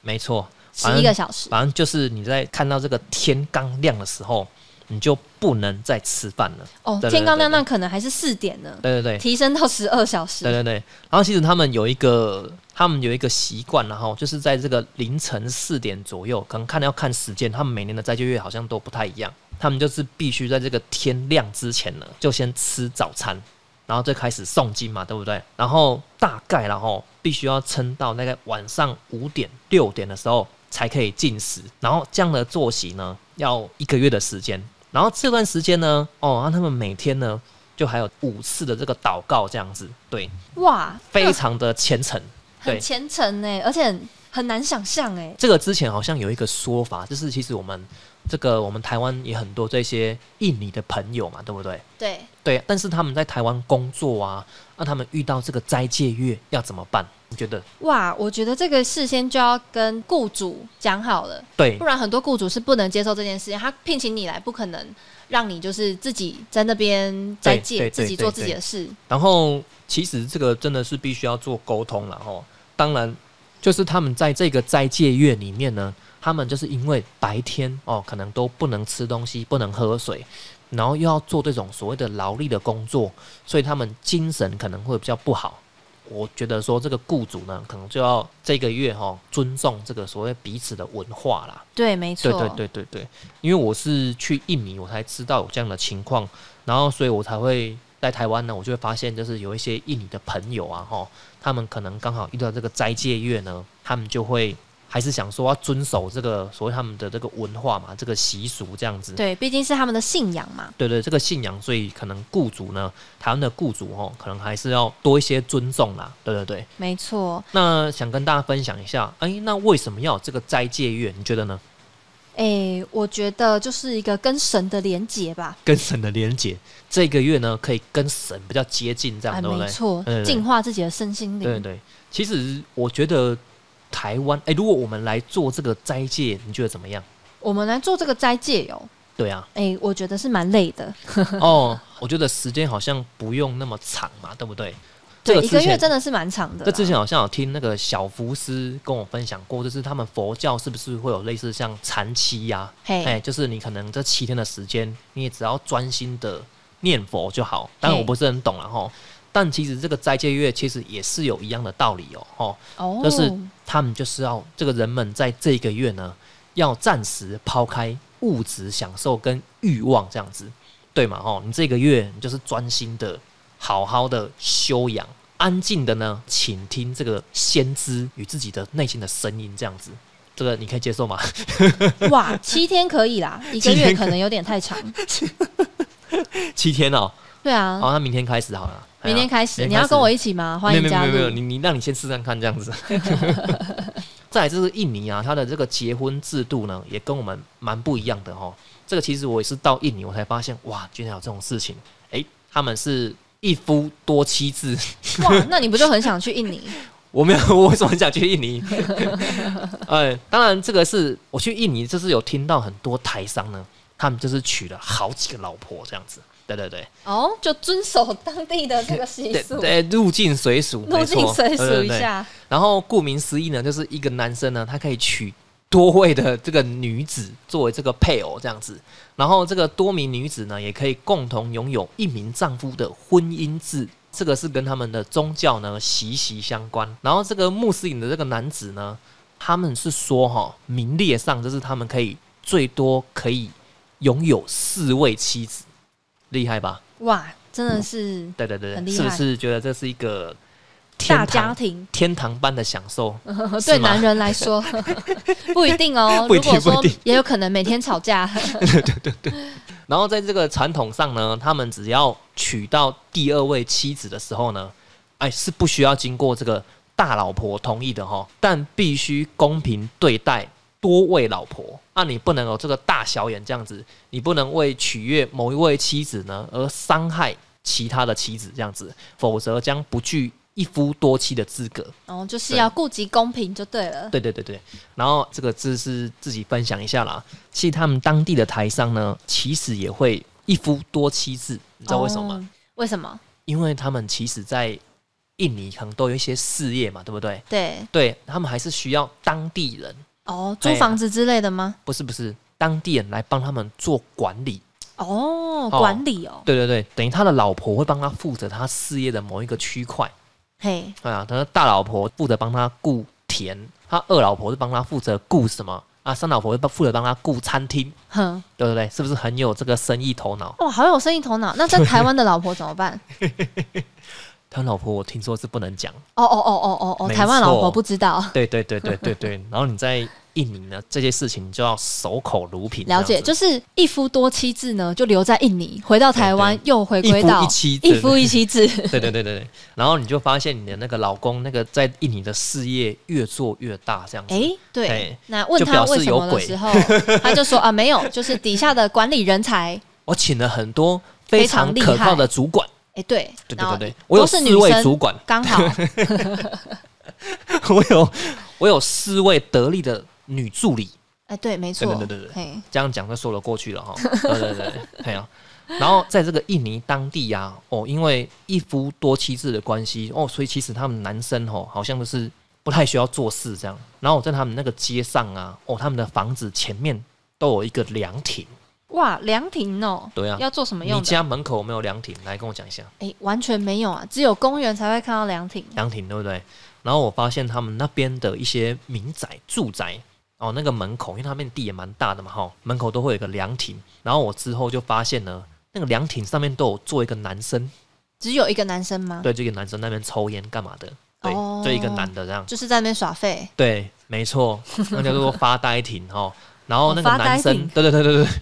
B: 没错，
A: 十
B: 反
A: 一
B: 正
A: 个小时。
B: 反正就是你在看到这个天刚亮的时候，你就不能再吃饭了。
A: 哦
B: 对，对
A: 天刚
B: 对
A: 亮
B: 对
A: 那可能还是四点呢，
B: 对对对，
A: 提升到十二小时
B: 对。对对，然后其实他们有一个，他们有一个习惯，然后就是在这个凌晨四点左右，可能看要看时间，他们每年的斋戒月好像都不太一样，他们就是必须在这个天亮之前呢，就先吃早餐，然后再开始诵经嘛，对不对？然后大概然后必须要撑到大概晚上五点六点的时候才可以进食，然后这样的作息呢，要一个月的时间。然后这段时间呢，哦，让他们每天呢就还有五次的这个祷告这样子，对，
A: 哇，
B: 非
A: 那
B: 常的虔诚。对
A: 很虔诚呢，而且很很难想象哎。
B: 这个之前好像有一个说法，就是其实我们这个我们台湾也很多这些印尼的朋友嘛，对不对？
A: 对，
B: 对，但是他们在台湾工作啊，那他们遇到这个斋戒月要怎么办？你觉得？
A: 哇，我觉得这个事先就要跟雇主讲好了，
B: 对
A: 不然很多雇主是不能接受这件事情。他聘请你来，不可能让你就是自己在那边斋
B: 对对
A: 戒，
B: 对
A: 自己做自己的事。
B: 然后其实这个真的是必须要做沟通了哦。当然，就是他们在这个斋戒月里面呢，他们就是因为白天哦，可能都不能吃东西，不能喝水，然后又要做这种所谓的劳力的工作，所以他们精神可能会比较不好。我觉得说这个雇主呢，可能就要这个月哈、哦、尊重这个所谓彼此的文化啦。
A: 对，没错
B: 对，对对对对，因为我是去印尼，我才知道有这样的情况，然后所以我才会在台湾呢，我就会发现就是有一些印尼的朋友啊，哈，他们可能刚好遇到这个斋戒月呢，他们就会还是想说要遵守这个所谓他们的这个文化嘛，这个习俗这样子。
A: 对，毕竟是他们的信仰嘛。
B: 对对，这个信仰，所以可能雇主呢，台湾的雇主哦，可能还是要多一些尊重啦。对对对，
A: 没错，
B: 那想跟大家分享一下，哎，那为什么要有这个斋戒月？你觉得呢？
A: 诶，哎我觉得就是一个跟神的连结吧，
B: 跟神的连接。这个月呢，可以跟神比较接近，这样、
A: 哎，
B: 对不
A: 没
B: 对？
A: 错
B: 对对，对
A: 净化自己的身心
B: 对
A: 灵。
B: 对。其实我觉得台湾，哎、如果我们来做这个斋戒，你觉得怎么样？
A: 我们来做这个斋戒哦，
B: 对
A: *laughs*
B: 啊，
A: 诶，我觉得是蛮累的，
B: 哦，我觉得时间好像不用那么长嘛，对不对？
A: 对，
B: 这
A: 一
B: 之
A: 个月
B: 前
A: 真的是蛮长的啦。
B: 这之前好像有听那个小福师跟我分享过，就是他们佛教是不是会有类似像禅期呀、哎、
A: 嘿，
B: 就是你可能这七天的时间，你也只要专心的念佛就好。当然我
A: 嘿
B: 不是很懂了哈，但其实这个斋戒月其实也是有一样的道理哦。哦，
A: 哦，
B: 就是他们就是要这个人们在这个月呢，要暂时抛开物质享受跟欲望这样子，对嘛？哦，你这个月你就是专心的、好好的修养，安静的呢，倾听这个先知与自己的内心的声音这样子。这个你可以接受吗？ *laughs*
A: 哇，七天可以啦，一个
B: 七天
A: 月可能有点太长。
B: 七天哦，哎
A: 对啊
B: 好，，那明天开始好了。
A: 明天开始
B: 明天
A: 你
B: 开
A: 要
B: 始
A: 跟我一起吗？欢
B: 没有
A: 迎
B: 没有
A: 加
B: 没有没有，
A: 入。
B: 你你让你先试看看这样子。再来就是印尼啊，它的这个结婚制度呢，也跟我们蛮不一样的哦。这个其实我也是到印尼我才发现，哇，居然有这种事情。诶，他们是一夫多妻制。
A: *laughs*
B: *laughs*
A: 哇，那你不就很想去印尼？
B: 我没有， *laughs* 我为什么很想去印尼？ *laughs* 呃，当然这个是我去印尼，就是有听到很多台商呢，他们就是娶了好几个老婆这样子。对对对，
A: 哦，就遵守当地的这个习
B: 对
A: 俗，
B: 对，入境随俗，
A: 入
B: 没错
A: 境随
B: 对
A: 俗
B: 对
A: 一
B: 对
A: 下。
B: 然后顾名思义呢，就是一个男生呢，他可以娶多位的这个女子作为这个配偶这样子，然后这个多名女子呢，也可以共同拥有一名丈夫的婚姻制。这个是跟他们的宗教呢息息相关。然后这个穆斯林的这个男子呢，他们是说哈、名列上就是他们可以最多可以拥有四位妻子，厉害吧？
A: 哇，真的是
B: 对对对
A: 很
B: 对，
A: 厉
B: 是不
A: 害
B: 是觉得这是一个天
A: 大家
B: 堂
A: 庭，
B: 天堂般的享受？ *laughs* 是
A: 对
B: 吗
A: 男人来
B: *laughs*
A: 说不一定哦。
B: 不一
A: 如
B: 定
A: 果说
B: 不一定
A: 也有可能每天吵
B: *laughs*
A: 架，
B: 然后在这个传统上呢，他们只要娶到第二位妻子的时候呢，哎，是不需要经过这个大老婆同意的哈、但必须公平对待多位老婆。那、你不能有这个大小眼这样子，你不能为取悦某一位妻子呢而伤害其他的妻子这样子，否则将不具一夫多妻的资格。
A: 然后哦就是
B: 对
A: 要顾及公平就对了。
B: 对对对对，然后这个字是自己分享一下啦。其实他们当地的台商呢，其实也会一夫多妻制，你
A: 你
B: 知道为什么吗？
A: 哦为什么？
B: 因为他们其实，在印尼可能都有一些事业嘛，对不对？
A: 对，
B: 对他们还是需要当地人，
A: 哦，租
B: 对啊
A: 房子之类的吗？
B: 不是不是，当地人来帮他们做管理。
A: 哦，
B: 哦
A: 管理哦，
B: 对对对，等于他的老婆会帮他负责他事业的某一个区块。
A: 嘿，
B: 对啊，他的大老婆负责帮他顾田，他二老婆是帮他负责顾什么啊？三老婆是负责帮他顾餐厅，
A: 哼，
B: 对不对？是不是很有这个生意头脑？
A: 哇，哦好有生意头脑。那在台湾的老婆怎么
B: *laughs*
A: 办？
B: 他老婆我听说是不能讲，
A: 哦哦哦哦哦哦，
B: 没
A: 台湾老婆
B: 错
A: 不知
B: *laughs*
A: 道，
B: 对对对对对
A: *laughs*
B: 对。然后你在印尼呢，这些事情就要守口如瓶这
A: 了
B: 样子，
A: 解，就是一夫多妻制呢，就留在印尼，回到台湾
B: 对
A: 又回
B: 一
A: 归
B: 夫
A: 到
B: 一妻制，
A: 一夫一妻制。
B: *laughs* 对对对对对。然后你就发现你的那个老公那个在印尼的事业越做越大，这样子。
A: 哎、对
B: 嘿，
A: 那问
B: 就
A: 他
B: 表示
A: 为什么
B: 有
A: 的
B: 鬼
A: 时候， *laughs* 他就说啊，没有，就是底下的管理人才，
B: 我请了很多
A: 非
B: 非
A: 常
B: 常
A: 厉
B: 可靠
A: 害
B: 的主管，
A: 哎、对，
B: 对对
A: 然后
B: 对对，我有
A: 都是
B: 四
A: 女
B: 位
A: 生
B: 主管， *laughs*
A: 刚好
B: 我有我有四位得力的女助理，
A: 哎、对，没错，
B: 对对对对
A: 嘿
B: 这样讲就说得过去了哈。 *laughs* 对对对，对啊。然后在这个印尼当地呀、哦，因为一夫多妻制的关系，哦，所以其实他们男生哦，好像就是不太需要做事这样。然后我在他们那个街上啊，哦，他们的房子前面都有一个凉亭，
A: 哇，凉亭哦，
B: 对啊。
A: 要做什么
B: 你
A: 用的？
B: 家门口有没有凉亭？来跟我讲一下，
A: 哎、完全没有啊，只有公园才会看到凉亭。
B: 凉亭对不对？然后我发现他们那边的一些民宅、住宅哦，那个门口，因为他们地也蛮大的嘛，哈、哦门口都会有一个凉亭。然后我之后就发现呢，那个凉亭上面都有做一个男生，
A: 只有一个男生吗？
B: 对，这个男生那边抽烟干嘛的，对，
A: 啊哦
B: 就一个男的这样，
A: 就是在那边耍废，
B: 对，没错，那叫做发呆亭哈、哦。然后那个
A: 哦发呆
B: 男生
A: 亭，
B: 对对对对对，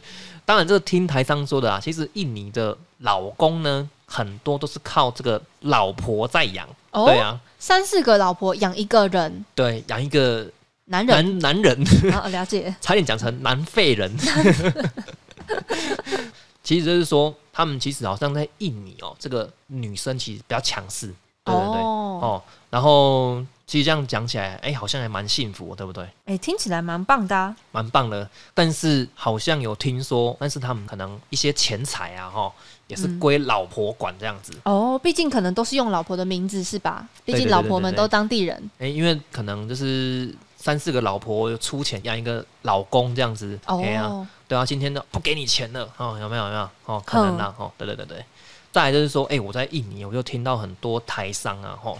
B: 当然这个听台上说的啊，其实印尼的老公呢，很多都是靠这个老婆在养，
A: 哦
B: 对啊，
A: 三四个老婆养一个人，
B: 对，养一个
A: 男人
B: 男男人， *laughs*
A: 啊，了解，
B: 差点讲成男
A: *laughs*
B: 废人。其实就是说，他们其实好像在印尼哦，这个女生其实比较强势，对对对，哦
A: 哦，
B: 然后其实这样讲起来，哎、好像还蛮幸福，对不对？
A: 哎、听起来蛮棒的、啊，
B: 蛮棒的。但是好像有听说，但是他们可能一些钱财啊，哈，也是
A: 嗯
B: 归老婆管这样子。
A: 哦，毕竟可能都是用老婆的名字是吧？毕
B: 对
A: 竟
B: 对
A: 老
B: 对
A: 婆
B: 对
A: 们
B: 对
A: 都当地人
B: 哎、因为可能就是三四个老婆出钱养一个老公这样子，哎呀、
A: 哦，
B: 对啊，今天的不给你钱了哦，有没有有没有
A: 嗯
B: 哦？可能啦哦，对对对对。再来就是说，哎、我在印尼，我就听到很多台商啊，吼、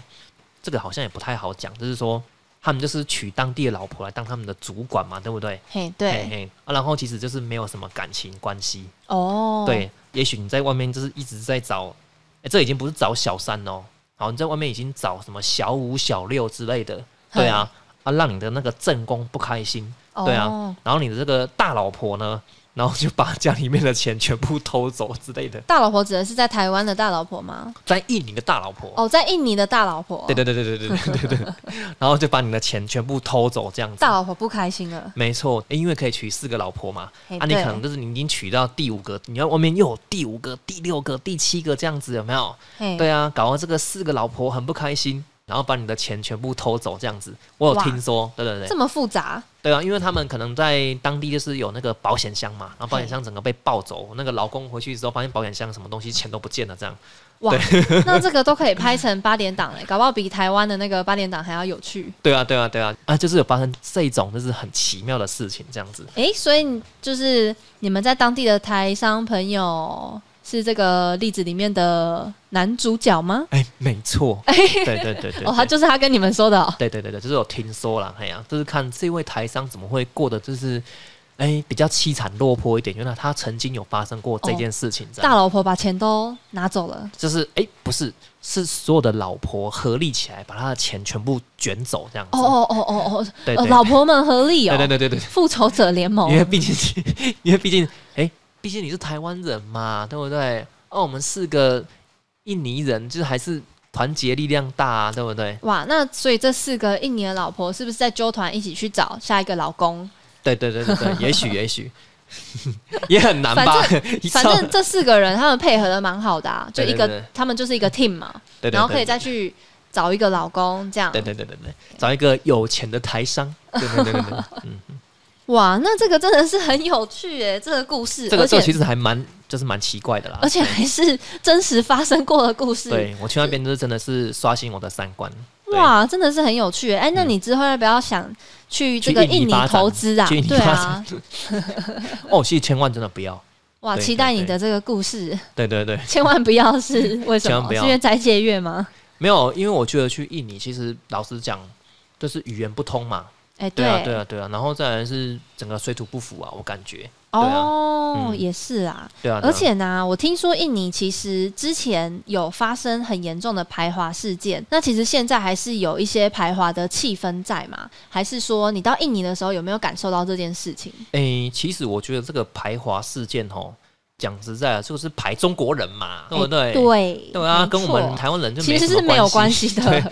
B: 这个好像也不太好讲，就是说他们就是娶当地的老婆来当他们的主管嘛，对不对？
A: 嘿，
B: 嘿
A: 对，
B: 嘿啊，然后其实就是没有什么感情关系，
A: 哦，
B: 对，也许你在外面就是一直在找，哎、这已经不是找小三哦，好，你在外面已经找什么小五、小六之类的，对啊，
A: 嗯
B: 啊，让你的那个正宫不开心，
A: 哦，
B: 对啊然后你的这个大老婆呢， *laughs* 然后就把家里面的钱全部偷走之类的，
A: 大老婆指的是在台湾的大老婆吗？
B: 在印尼的大老婆，
A: 哦，在印尼的大老婆，
B: 对对对对对对对对对， *laughs* 然后就把你的钱全部偷走这样子
A: 大。老婆不开心了，
B: 没错，因为可以娶四个老婆嘛，
A: 嘿
B: 啊，你
A: 对
B: 可能就是你已经娶到第五个，你要外面又有第五个、第六个、第七个这样子，有没有？
A: 嘿，
B: 对啊，搞到这个四个老婆很不开心，然后把你的钱全部偷走这样子。我有
A: 哇
B: 听说，对对对
A: 这，么复杂，
B: 对啊，因为他们可能在当地就是有那个保险箱嘛，然后保险箱整个被抱走，那个老公回去之后发现保险箱什么东西钱都不见了，这样
A: 哇，那这个都可以拍成八点档哎，搞不好比台湾的那个八点档还要有趣。
B: 对啊，对啊，对啊，啊，就是有发生这种就是很奇妙的事情这样子。
A: 哎，所以你就是你们在当地的台商朋友是这个例子里面的男主角吗？
B: 哎，没
A: *laughs*
B: 错，对对对对对
A: 哦，他就是他跟你们说的哦。
B: 对对对对，就是有听说啦，哎呀、就是看这位台商怎么会过得就是。哎，比较凄惨落魄一点，因为他曾经有发生过这件事情，这样、
A: 哦大老婆把钱都拿走了，
B: 就是哎，不是，是所有的老婆合力起来把他的钱全部卷走，这样子。
A: 哦哦哦哦哦，
B: 对
A: 呃
B: 对，
A: 老婆们合力哦，
B: 对对对对对，
A: 复仇者联盟
B: 因为毕竟 *laughs* 是，因为毕竟，哎、哦毕竟你是台湾人嘛，对不对？哦，我们四个印尼人，就是还是团结力量大啊，对不对？
A: 哇，那所以这四个印尼的老婆是不是在纠团一起去找下一个老公？
B: 对对对对对， *laughs* 也许也许也很难吧？一
A: 反
B: 照
A: 正这四个人他们配合的蛮好的、啊，就
B: 对
A: 一个
B: 对对
A: 他们就是一个 team 嘛，
B: *laughs* 对对对
A: 然后可以再去找一个老公这样。
B: 对对对对对，找一个有钱的台 *laughs* 商，对对对对对，嗯，
A: 哇，那这个真的是很有趣诶，这个故事，
B: 这个
A: 而
B: 这
A: 且
B: 个其实还蛮就是蛮奇怪的啦
A: 而。且还是真实发生过的故事。
B: 对我去那边就是真的是刷新我的三观，对
A: 哇，真的是很有趣耶！哎、那
B: 嗯
A: 你之后要不要想去这
B: 去
A: 个
B: 印尼
A: 印尼
B: 发展
A: 投资啊？
B: 去印尼
A: 对
B: 发
A: 啊
B: 展，哦，其实千万真的不要，
A: 哇，
B: 对
A: 期
B: 对
A: 待你
B: 对
A: 的这个故事，
B: 对对对，
A: 千万不要
B: *laughs*
A: 是为什
B: 千万
A: 么？
B: 不
A: 是
B: 要
A: 因为斋戒月吗？
B: 没有，因为我觉得去印尼其实老实讲就是语言不通嘛，
A: 哎、
B: 对啊对啊对啊，然后再来是整个水土不服啊，我感觉，啊
A: 哦、
B: 嗯
A: 也是啊。
B: 对啊，对
A: 而
B: 啊
A: 且呢，我听说印尼其实之前有发生很严重的排华事件，那其实现在还是有一些排华的气氛在嘛？还是说你到印尼的时候有没有感受到这件事情？
B: 诶、其实我觉得这个排华事件哦，讲实在的，就是排中国人嘛，对不哦对？
A: 哎对
B: 对啊，
A: 没
B: 跟我们
A: 错
B: 台湾人就
A: 其实
B: 什么
A: 是没有关
B: 系
A: 系
B: *laughs* 对
A: 的。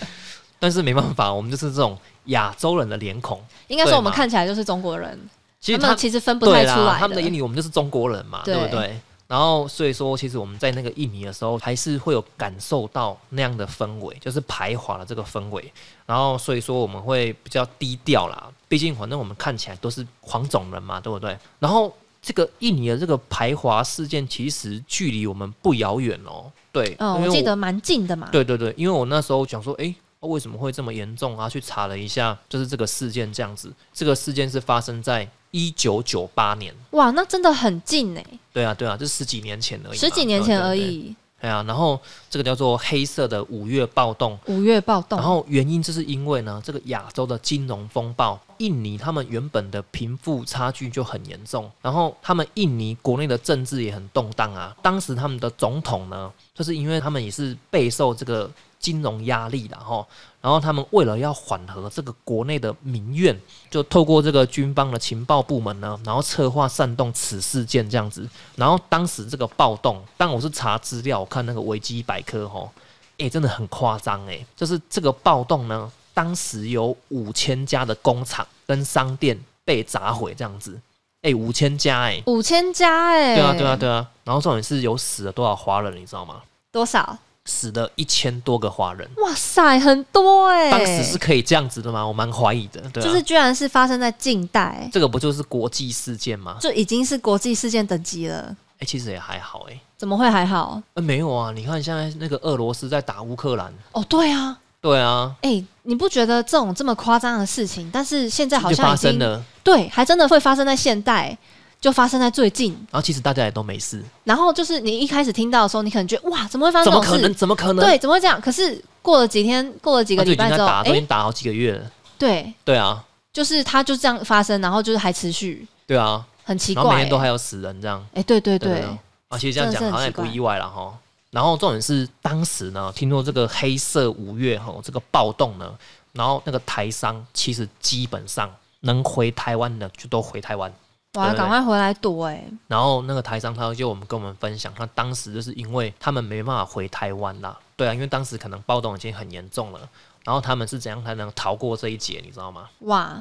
B: 但是没办法，我们就是这种亚洲人的脸孔。
A: 应该说
B: 对
A: 我们
B: 嘛
A: 看起来就是中国人，
B: 其实
A: 他
B: 他
A: 们其实分不太
B: 对
A: 出
B: 啦，
A: 来
B: 他们的眼里我们就是中国人嘛，
A: 对
B: 对不对？然后所以说，其实我们在那个印尼的时候，还是会有感受到那样的氛围，就是排华的这个氛围。然后所以说我们会比较低调啦，毕竟反正我们看起来都是黄种人嘛，对不对？然后这个印尼的这个排华事件，其实距离我们不遥远哦。对，
A: 嗯，
B: 因
A: 我
B: 为
A: 记得蛮近的嘛。
B: 对对对，因为我那时候讲说，诶，啊为什么会这么严重啊？去查了一下，就是这个事件这样子。这个事件是发生在一九九八年，
A: 哇，那真的很近哎、
B: 对啊对啊，就十几年前而已嘛，
A: 十几年前而
B: 对。对对
A: 已。
B: 对啊，然后这个叫做黑色的五月暴动，
A: 五月暴动，
B: 然后原因就是因为呢，这个亚洲的金融风暴，印尼他们原本的贫富差距就很严重，然后他们印尼国内的政治也很动荡啊。当时他们的总统呢，就是因为他们也是备受这个金融压力的哈，然后他们为了要缓和这个国内的民怨，就透过这个军方的情报部门呢，然后策划煽动此事件这样子。然后当时这个暴动，但我是查资料，我看那个维基百科吼，诶、真的很夸张诶，就是这个暴动呢，当时有五千家的工厂跟商店被砸毁这样子，诶、五千家诶，
A: 五千家哎、
B: 对啊对啊，对啊，然后重点是有死了多少华人，你知道吗？
A: 多少？
B: 死了一千多个华人，
A: 哇塞，很多哎、
B: 当时是可以这样子的吗？我蛮怀疑的，对啊，
A: 就是居然是发生在近代，
B: 这个不就是国际事件吗？
A: 就已经是国际事件等级了，
B: 诶、其实也还好诶，
A: 怎么会还好？
B: 呃，没有啊，你看现在那个俄罗斯在打乌克兰，
A: 哦，对啊，
B: 对啊，
A: 哎、你不觉得这种这么夸张的事情，但是现在好
B: 就
A: 像
B: 发
A: 已
B: 生
A: 经
B: 了，
A: 对，还真的会发生在现代，就发生在最近。
B: 然后其实大家也都没事，
A: 然后就是你一开始听到的时候，你可能觉得哇，怎么会发生
B: 怎
A: 这
B: 么
A: 种事？
B: 可能？怎么可能？
A: 对，，怎么会这样？可是过了几天，过了几个
B: 他就
A: 礼
B: 已经
A: 拜
B: 在
A: 之后，
B: 打，
A: 哎、
B: 都已经打好几个月了。
A: 对，
B: 对啊，
A: 就是它就这样发生，然后就是还持续，
B: 对啊，
A: 很奇
B: 然后
A: 怪、
B: 每天
A: 哎、
B: 都还有死人这样。
A: 对对
B: 对
A: 对，
B: 啊，啊其实这样
A: 真的
B: 讲
A: 是
B: 好像
A: 很
B: 也
A: 奇
B: 不
A: 怪
B: 意外了哈。然后重点是当时呢，听说这个黑色五月哈这个暴动呢，然后那个台商其实基本上能回台湾的就都回台湾。
A: 哇，
B: 对对
A: 赶快回来躲哎、
B: 然后那个台商他就我们跟我们分享，他当时就是因为他们没办法回台湾啦，对啊，因为当时可能暴动已经很严重了，然后他们是怎样才能逃过这一劫，你知道吗？
A: 哇，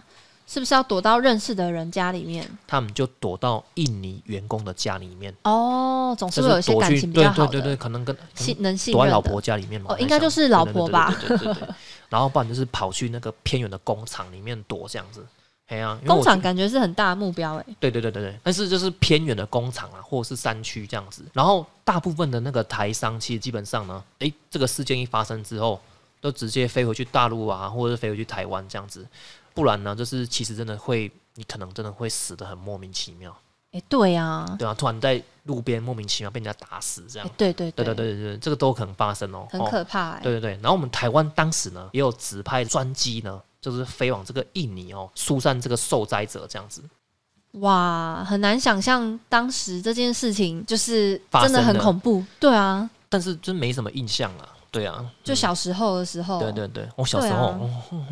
A: 是不是要躲到认识的人家里面？
B: 他们就躲到印尼员工的家里面，
A: 哦，总是
B: 就
A: 会有一
B: 是
A: 些
B: 躲
A: 感
B: 去
A: 情比
B: 对
A: 较好
B: 对
A: 的，
B: 对对，可能跟可能
A: 信能信
B: 躲
A: 任的
B: 在老婆家里面嘛，
A: 哦
B: 我在
A: 应该
B: 想
A: 就是老婆吧
B: 对对对对对对对然后不然就是跑去那个偏远的工厂里面躲这样子，哎呀、因为
A: 工
B: 我
A: 厂
B: 觉
A: 感觉是很大的目标哎、
B: 对对对对对，但是就是偏远的工厂啊，或者是山区这样子。然后大部分的那个台商，其实基本上呢，诶，这个事件一发生之后，都直接飞回去大陆啊，或者是飞回去台湾这样子。不然呢，就是其实真的会，你可能真的会死的很莫名其妙，
A: 哎、对啊，
B: 对啊，突然在路边莫名其妙被人家打死这
A: 哎、
B: 样。
A: 对对
B: 对
A: 对
B: 对对对对，这个都可能发生哦，
A: 很
B: 哦
A: 可怕哎、
B: 对对对，然后我们台湾当时呢，也有指派专机呢，就是飞往这个印尼哦，疏散这个受灾者这样子。
A: 哇，很难想象当时这件事情就是
B: 发
A: 真的
B: 生
A: 很
B: 的
A: 恐怖，对啊，
B: 但是真没什么印象啊，对啊，
A: 就小时候的时候，
B: 嗯、对对对，我小时候、
A: 对啊
B: 哦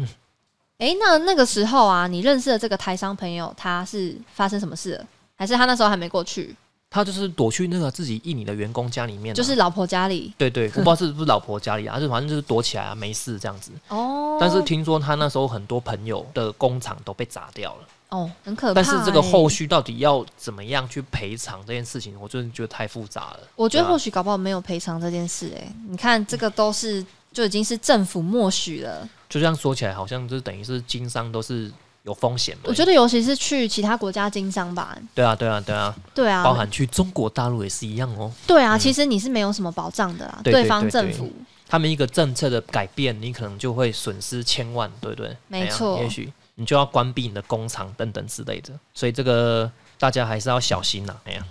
A: 哎、那那个时候啊，你认识的这个台商朋友，他是发生什么事了？还是他那时候还没过去，
B: 他就是躲去那个自己印尼的员工家里面啊、
A: 就是老婆家里？
B: 对对，我不知道是不是老婆家里啊，就 *laughs* 反正就是躲起来啊，没事这样子。
A: 哦，
B: 但是听说他那时候很多朋友的工厂都被砸掉了，
A: 哦，很可怕、
B: 但是这个后
A: 续，
B: 续到底要怎么样去赔偿这件事情，我真的觉得太复杂了。
A: 我觉得
B: 对啊
A: 欸或许搞不好没有赔偿这件事、哎，你看这个都是就已经是政府默许了。
B: 就这样说起来，好像就是等于是经商都是有风险的。
A: 我觉得尤其是去其他国家经商吧，
B: 对啊，对啊，对啊，
A: 对
B: 包
A: 啊，
B: 含去中国大陆也是一样哦。
A: 对啊，
B: 嗯
A: 其实你是没有什么保障的啦，啊
B: 对对
A: 方
B: 对
A: 政
B: 对
A: 府。 *laughs*
B: 他们一个政策的改变，你可能就会损失千万，对不对？
A: 没
B: 哎呀
A: 错
B: 也许你就要关闭你的工厂等等之类的。所以这个大家还是要小心呐、哎呀，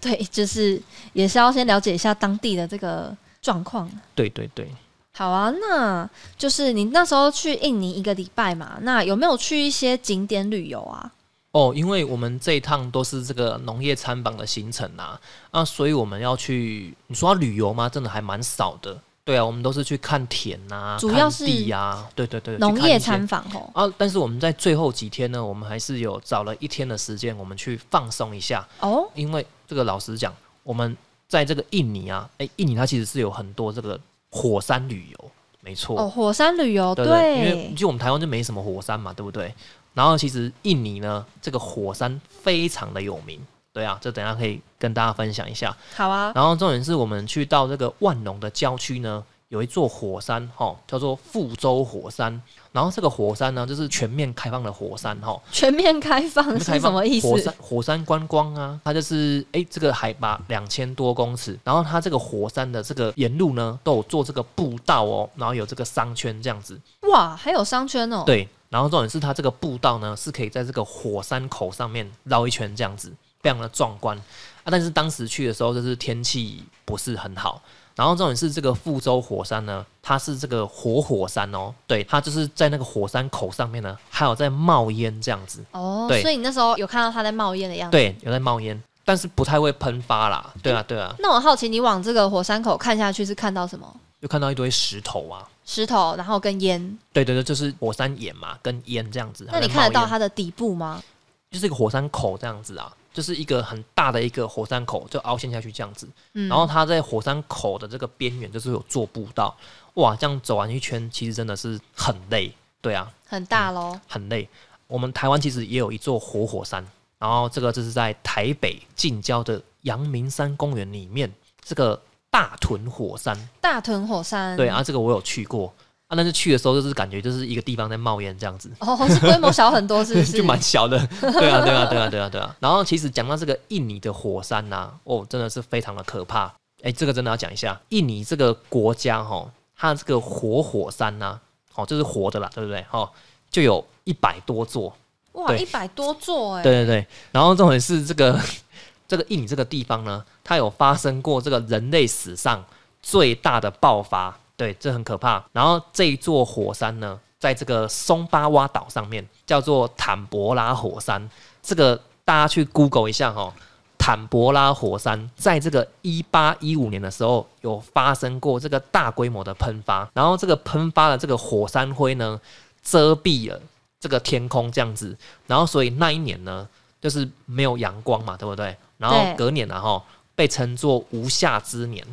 A: 对，就是也是要先了解一下当地的这个状况。
B: 对对对，
A: 好啊，那就是你那时候去印尼一个礼拜嘛，那有没有去一些景点旅游啊？
B: 哦，因为我们这一趟都是这个农业参访的行程啊，啊，所以我们要去，你说要旅游吗？真的还蛮少的。对啊，我们都是去看田呐、啊，
A: 主要
B: 看
A: 是
B: 地啊，对对对，去
A: 农
B: 看
A: 业
B: 一些
A: 参访哦，
B: 啊。但是我们在最后几天呢，我们还是有找了一天的时间，我们去放松一下，
A: 哦，
B: 因为这个老实讲，我们在这个印尼啊，诶，印尼它其实是有很多这个火山旅游，没错，
A: 哦，火山旅游，
B: 对不对？因为就我们台湾就没什么火山嘛，对不对？然后其实印尼呢，这个火山非常的有名，对啊，这等一下可以跟大家分享一下。
A: 好啊，
B: 然后重点是我们去到这个万隆的郊区呢，有一座火山哈、吼叫做富州火山。然后这个火山呢，就是全面开放的火山哈、吼
A: 全面开放
B: 开
A: *laughs* 是
B: 放
A: 什么意思？
B: 火山火山观光啊，它就是诶，这个海拔两千多公尺，然后它这个火山的这个沿路呢，都有做这个步道哦，然后有这个商圈这样子。
A: 哇，还有商圈哦，
B: 对，然后重点是它这个步道呢，是可以在这个火山口上面绕一圈这样子，非常的壮观啊。但是当时去的时候，就是天气不是很好。然后重点是这个富州火山呢，它是这个活火山哦，对，它就是在那个火山口上面呢，还有在冒烟这样子，
A: 哦，
B: 对
A: 所以你那时候有看到它在冒烟的样子。
B: 对，有在冒烟，但是不太会喷发啦，对
A: 嗯
B: 啊，对啊，
A: 那我好奇，你往这个火山口看下去是看到什么？
B: 就看到一堆石头啊，
A: 石头，然后跟烟。
B: 对对对，就是火山岩嘛，跟烟这样子，
A: 那你
B: 还在
A: 看得
B: 冒
A: 到
B: 烟
A: 它的底部吗？
B: 就是一个火山口这样子啊，就是一个很大的一个火山口，就凹陷下去这样子。
A: 嗯，
B: 然后它在火山口的这个边缘，就是有做步道，哇，这样走完一圈，其实真的是很累，对啊，
A: 很大喽。
B: 很累。我们台湾其实也有一座活火山，然后这个就是在台北近郊的阳明山公园里面，这个大屯火山，
A: 大屯火山。
B: 对。啊，这个我有去过啊，但是去的时候就是感觉就是一个地方在冒烟这样子。
A: 哦，是规模小很多，是不是？
B: *laughs* 就蛮小的，对啊，对啊，对啊，对啊，对啊。然后其实讲到这个印尼的火山呐、哦，真的是非常的可怕。哎，这个真的要讲一下，印尼这个国家哈、哦，它这个活火山呐、哦，就是活的啦，对不对？哦，就有一百多座，
A: 哇，
B: 对
A: 一百多座哎。
B: 对对对。然后重点是这个 *laughs* 这个印尼这个地方呢，它有发生过这个人类史上最大的爆发，对，这很可怕。然后这一座火山呢，在这个松巴哇岛上面，叫做坦博拉火山。这个大家去 Google 一下哦。坦博拉火山在这个一八一五年的时候有发生过这个大规模的喷发，然后这个喷发的这个火山灰呢遮蔽了这个天空这样子，然后所以那一年呢就是没有阳光嘛，对不对？然后
A: 对
B: 隔年然后被称作无夏之年，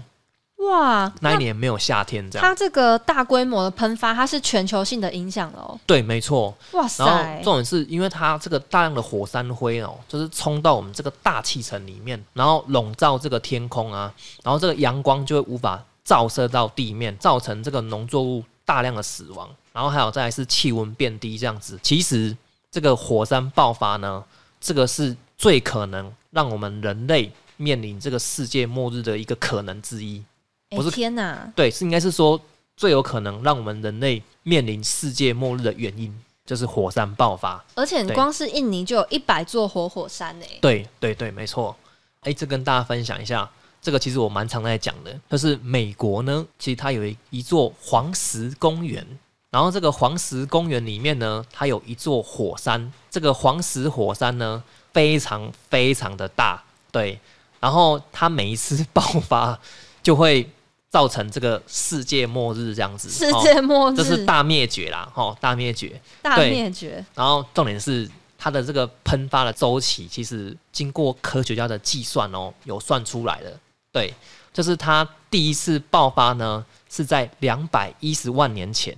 A: 哇，
B: 那一年没有夏天这样。
A: 它这个大规模的喷发，它是全球性的影响喽。
B: 对，没错。
A: 哇
B: 然后
A: 塞，
B: 重点是因为它这个大量的火山灰哦，就是冲到我们这个大气层里面，然后笼罩这个天空啊，然后这个阳光就会无法照射到地面，造成这个农作物大量的死亡。然后还有再来是气温变低这样子。其实这个火山爆发呢，这个是最可能让我们人类面临这个世界末日的一个可能之一。
A: 哎
B: 不是
A: 天哪，
B: 对，是应该是说最有可能让我们人类面临世界末日的原因，就是火山爆发。
A: 而且你
B: 对
A: 光是印尼就有一百座活火山哎。
B: 对对对，没错。哎，这跟大家分享一下，这个其实我蛮常在讲的，就是美国呢，其实它有一一座黄石公园，然后这个黄石公园里面呢，它有一座火山，这个黄石火山呢非常非常的大，对，然后它每一次爆发就会造成这个世界末日这样子，
A: 世
B: 哦
A: 界末
B: 这
A: 日
B: 是，大灭绝啦，吼，大灭绝。
A: 大
B: 对
A: 灭绝。
B: 然后重点是它的这个喷发的周期，其实经过科学家的计算哦，有算出来的。对，就是它第一次爆发呢是在两百一十万年前，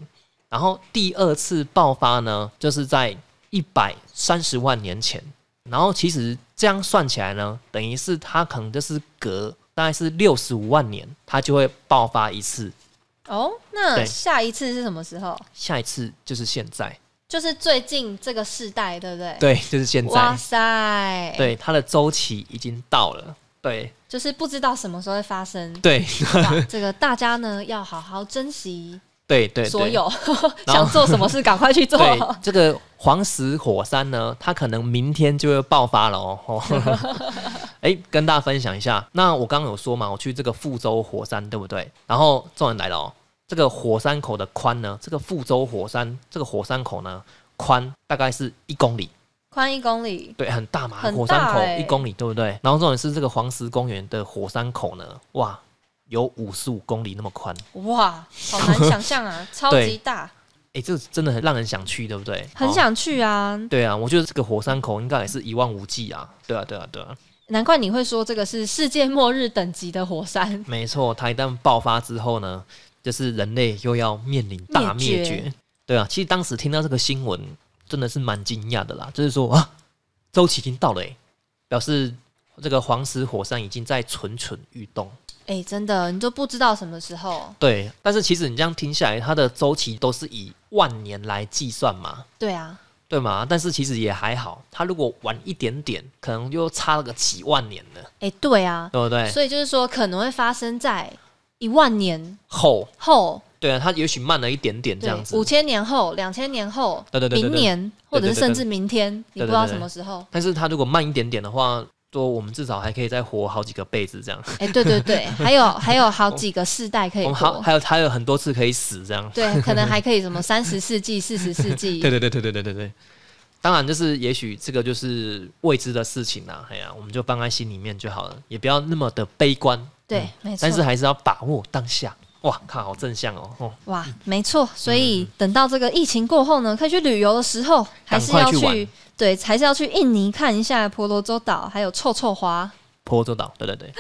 B: 然后第二次爆发呢就是在一百三十万年前。然后其实这样算起来呢，等于是它可能就是隔大概是六十五万年，它就会爆发一次。
A: 哦，那
B: 对
A: 下一次是什么时候？
B: 下一次就是现在，
A: 就是最近这个世代，对不对？
B: 对，就是现
A: 哇
B: 在，
A: 塞，，
B: 对，它的周期已经到了，对
A: 就是不知道什么时候会发生。
B: *laughs* 对
A: 哇这个大家呢要好好珍惜
B: 对对，对
A: 所
B: *laughs*
A: 有 *laughs*
B: 然后
A: 想做什么事，赶快去做。
B: 对这个黄石火山呢，它可能明天就会爆发了哦。
A: *laughs*
B: 哦哎，跟大家分享一下，那我刚刚有说嘛，我去这个富州火山，对不对？然后重点来了哦，这个火山口的宽呢，这个富州火山这个火山口呢，宽大概是一公里，
A: 宽一公里，
B: 对，很大嘛，
A: 很大
B: 火山口
A: 欸
B: 一公里，对不对？然后重点是这个黄石公园的火山口呢，哇，有五十五公里那么宽，
A: 哇，好难想象
B: *laughs*
A: 啊，超级大，
B: 哎，这真的很让人想去，对不对？
A: 很
B: 哦
A: 想去啊。
B: 对啊，我觉得这个火山口应该也是一望无际啊。对啊，对啊，对啊，
A: 难怪你会说这个是世界末日等级的火山，
B: 没错。它一旦爆发之后呢，就是人类又要面临大灭绝。
A: 灭
B: 对啊，其实当时听到这个新闻，真的是蛮惊讶的啦。就是说啊，周期已经到了、欸，表示这个黄石火山已经在蠢蠢欲动。
A: 哎、真的，你就不知道什么时候。
B: 对，但是其实你这样听下来，它的周期都是以万年来计算嘛。
A: 对啊，
B: 对嘛？但是其实也还好，它如果晚一点点，可能又差了个几万年了，
A: 哎、对啊，
B: 对不对？
A: 所以就是说可能会发生在一万年
B: 后
A: 后，
B: 对啊，它也许慢了一点嗯点这
A: 对
B: 样，子
A: 五。千年后、两千年后、
B: 对对对对对
A: 明年，或者是甚至明天，你
B: 对对对对
A: 不知道什么时候。
B: 但是它如果慢一点点的话，说我们至少还可以再活好几个辈子这样。
A: 哎、对对
B: *laughs*
A: 对，还有还有好几个世代可
B: 我
A: 以
B: 们还
A: 活，
B: 还有还有很多次可以死这样。
A: 对，可能还可以什么三十世纪、四十世纪，
B: 对对对对对对对对。当然，就是也许这个就是未知的事情啦。哎呀，我们就放在心里面就好了，也不要那么的悲观。
A: 对
B: 嗯
A: 没错
B: 但是还是要把握当下。哇，看好正向哦。哦，
A: 哇，没错，所
B: 嗯
A: 以等到这个疫情过后呢，可以去旅游的时候，还是要
B: 赶快去玩
A: 对，还是要去印尼看一下婆罗洲岛，还有臭臭花。
B: 坡州岛，对对对，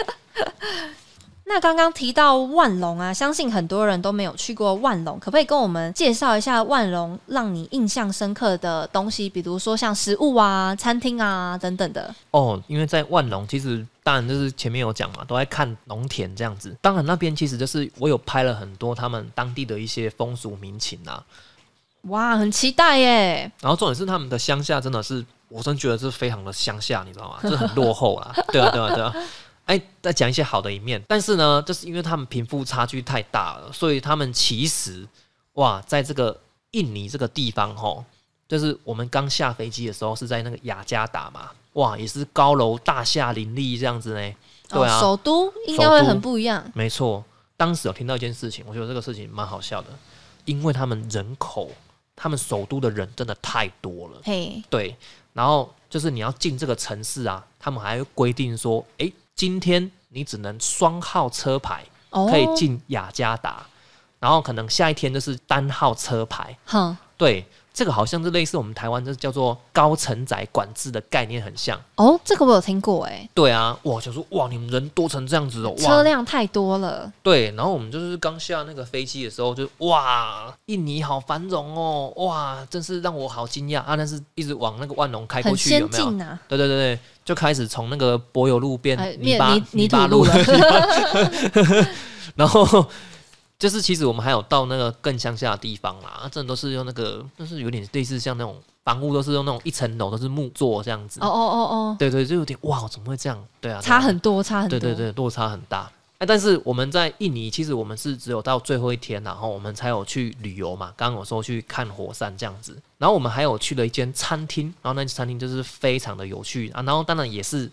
A: 那刚刚提到万隆啊，相信很多人都没有去过万隆，可不可以跟我们介绍一下万隆让你印象深刻的东西，比如说像食物啊、餐厅啊等等的？
B: 哦，因为在万隆，其实当然就是前面有讲嘛，都在看农田这样子。当然那边其实就是我有拍了很多他们当地的一些风俗民情啊，
A: 哇，很期待耶！
B: 然后重点是他们的乡下真的是，我真觉得是非常的乡下，你知道吗？ *laughs* 这很落后啦。对啊，对啊，对啊。哎，再讲一些好的一面，但是呢，就是因为他们贫富差距太大了，所以他们其实哇，在这个印尼这个地方吼，就是我们刚下飞机的时候是在那个雅加达嘛，哇，也是高楼大厦林立这样子呢。对啊，
A: 哦首都应该会
B: 首都
A: 很不一样。
B: 没错，当时有听到一件事情，我觉得这个事情蛮好笑的，因为他们人口，他们首都的人真的太多了。
A: 嘿，
B: 对，然后就是你要进这个城市啊，他们还会规定说，诶，今天你只能双号车牌
A: 哦，
B: 可以，进雅加达，然后可能下一天就是单号车牌。
A: 哼，
B: 对，这个好像是类似我们台湾这叫做高承载管制的概念很像。
A: 哦，这个我有听过，哎，
B: 对啊，哇，想说哇，你们人多成这样子哦，
A: 车
B: 哇，
A: 辆太多了。
B: 对，然后我们就是刚下那个飞机的时候就，哇，印尼好繁荣哦，哇，真是让我好惊讶啊！但是一直往那个万隆开过
A: 很
B: 去，有
A: 先
B: 没有？
A: 进啊呐、
B: 对对对对，就开始从那个柏油路变
A: 哎
B: 泥
A: 变
B: 巴
A: 泥泥土
B: 巴
A: 路了
B: 然后就是其实我们还有到那个更乡下的地方啦，啊真的都是用那个，就是有点类似像那种房屋都是用那种一层楼都是木做这样子。
A: 哦哦哦
B: 对对，就有点哇，怎么会这样？对啊，
A: 哦，差
B: 对啊
A: 很多，差很多。
B: 对对对，落差很大。哎，但是我们在印尼，其实我们是只有到最后一天，啊然后我们才有去旅游嘛。刚刚我说去看火山这样子，然后我们还有去了一间餐厅，然后那间餐厅就是非常的有趣啊。然后当然也是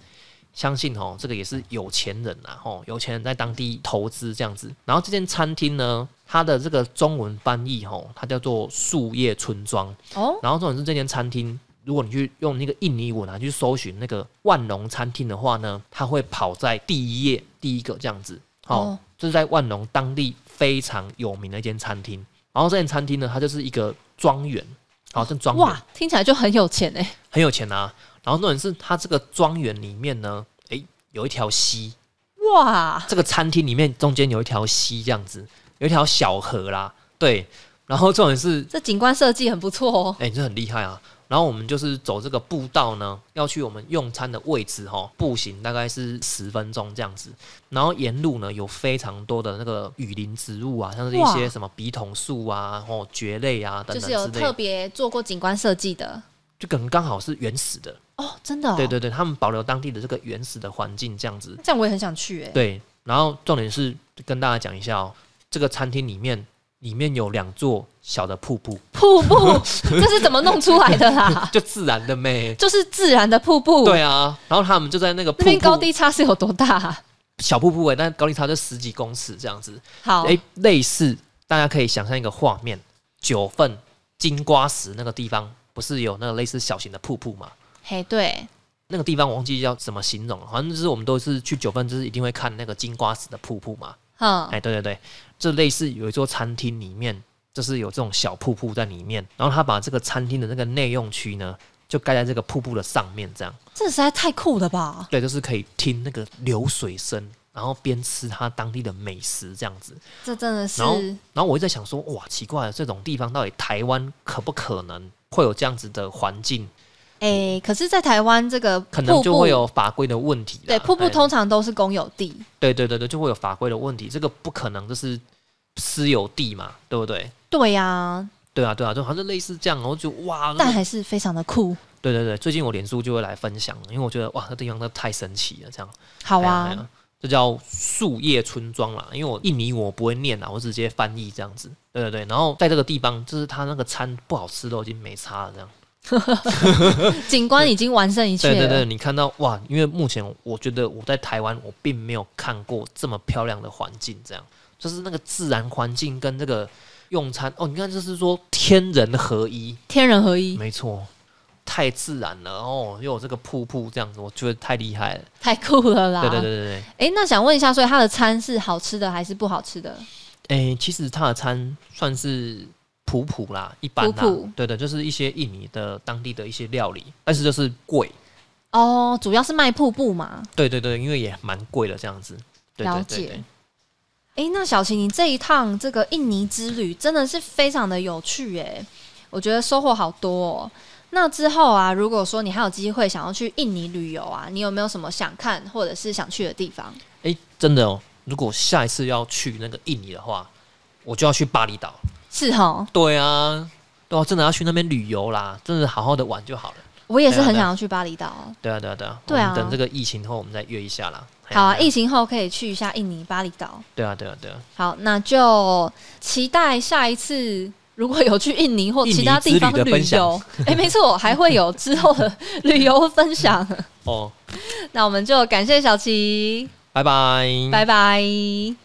B: 相信哦，这个也是有钱人啊，哦，有钱人在当地投资这样子。然后这间餐厅呢，它的这个中文翻译哦，它叫做树叶村庄。
A: 哦，
B: 然后重点是这间餐厅，如果你去用那个印尼文啊去搜寻那个万隆餐厅的话呢，它会跑在第一页第一个这样子。哦，
A: 哦
B: 这是在万隆当地非常有名的一间餐厅。然后这间餐厅呢，它就是一个庄园，好、哦，这庄园
A: 哇，听起来就很有钱哎、
B: 很有钱啊。然后重点是它这个庄园里面呢，诶，有一条溪，
A: 哇，
B: 这个餐厅里面中间有一条溪这样子，有一条小河啦，对。然后重点是
A: 这景观设计很不错哦。
B: 哎、你这很厉害啊！然后我们就是走这个步道呢，要去我们用餐的位置哈、步行大概是十分钟这样子。然后沿路呢有非常多的那个雨林植物啊，像是一
A: 哇
B: 些什么笔筒树啊、哦蕨类啊等
A: 就
B: 等
A: 是有
B: 之类
A: 特
B: 的，
A: 别做过景观设计的
B: 就可能刚好是原始的。
A: 哦，真的、哦，
B: 对，对对，他们保留当地的这个原始的环境这样子。
A: 这样我也很想去哎、
B: 对，然后重点是跟大家讲一下哦，这个餐厅里面里面有两座小的瀑布，
A: 瀑布 *laughs* 这是怎么弄出来的
B: *laughs*
A: 啦？
B: 就自然的美。
A: 就是自然的瀑布，，
B: 对啊，然后他们就在那个
A: 那
B: 瀑
A: 边
B: 布
A: 高低差是有多大啊、
B: 小瀑布哎、但高低差就十几公尺这样子。
A: 好，
B: 哎、类似大家可以想象一个画面，九份金瓜石那个地方不是有那个类似小型的瀑布嘛？
A: 嘿，对，
B: 那个地方我忘记要怎么形容了，反正就是我们都是去九份，就是一定会看那个金瓜石的瀑布嘛。
A: 嗯，
B: 哎，对对对，就类似有一座餐厅里面，就是有这种小瀑布在里面，然后他把这个餐厅的那个内用区呢，就盖在这个瀑布的上面，这样，
A: 这实在太酷了吧？
B: 对，就是可以听那个流水声，然后边吃他当地的美食这样子。
A: 这真的是
B: 然后，然后我一直在想说，哇，奇怪了，这种地方到底台湾可不可能会有这样子的环境？
A: 哎、可是，在台湾这个
B: 可
A: 瀑
B: 能
A: 布
B: 就会有法规的问题啦。
A: 对瀑布
B: 哎
A: 通常都是公有地，
B: 对对对对，就会有法规的问题，这个不可能就是私有地嘛，对不对？
A: 对呀、
B: 对啊，对啊，就好像类似这样，然后就哇，那
A: 但还是非常的酷。
B: 对对对，最近我脸书就会来分享，因为我觉得哇，这地方真的太神奇了，这样。
A: 好
B: 哎呀哎
A: 啊
B: 呀，这叫树叶村庄啦，因为我印尼我不会念啊啦，我直接翻译这样子。对对对，然后在这个地方，就是它那个餐不好吃都已经没差了，这样。
A: 景观已经完胜一切
B: 对
A: 了。
B: 对对，你看到哇，因为目前我觉得我在台湾我并没有看过这么漂亮的环境，这样就是那个自然环境跟这个用餐哦，你看就是说天人合一，
A: 天人合一，
B: 没错，太自然了哦，又有这个瀑布这样子，我觉得太厉害了。
A: 太酷了啦！
B: 对对对对对，
A: 哎、那想问一下，所以它的餐是好吃的还是不好吃的？
B: 诶、其实它的餐算是普普啦，一般啦，
A: 普普
B: 对的，就是一些印尼的当地的一些料理，但是就是贵，
A: 哦，主要是卖瀑布嘛。
B: 对对对，因为也蛮贵的这样子。对
A: 了解
B: 对对对，
A: 哎、那小晴，你这一趟这个印尼之旅真的是非常的有趣哎、我觉得收获好多、哦。那之后啊，如果说你还有机会想要去印尼旅游啊，你有没有什么想看或者是想去的地方？
B: 诶、真的哦，如果下一次要去那个印尼的话，我就要去巴厘岛。
A: 是哦哈，
B: 对啊，对啊，真的要去那边旅游啦，真的好好的玩就好了。
A: 我也是
B: 对啊
A: 很
B: 对啊
A: 想要去巴厘岛哦。
B: 对啊，对啊，对啊，
A: 对啊
B: 我们等这个疫情后，我们再约一下啦。
A: 好啊，
B: 嘿嘿
A: 疫情后可以去一下印尼巴厘岛。
B: 对啊，对啊，对啊。
A: 好，那就期待下一次。如果有去印尼或
B: 印尼
A: 其他地方
B: 之旅的
A: 旅
B: 分享
A: 游， *laughs* 哎、没错，还会有之后的 *laughs* 旅游分享。
B: 哦，
A: 那我们就感谢小琪，
B: 拜拜。
A: 拜拜。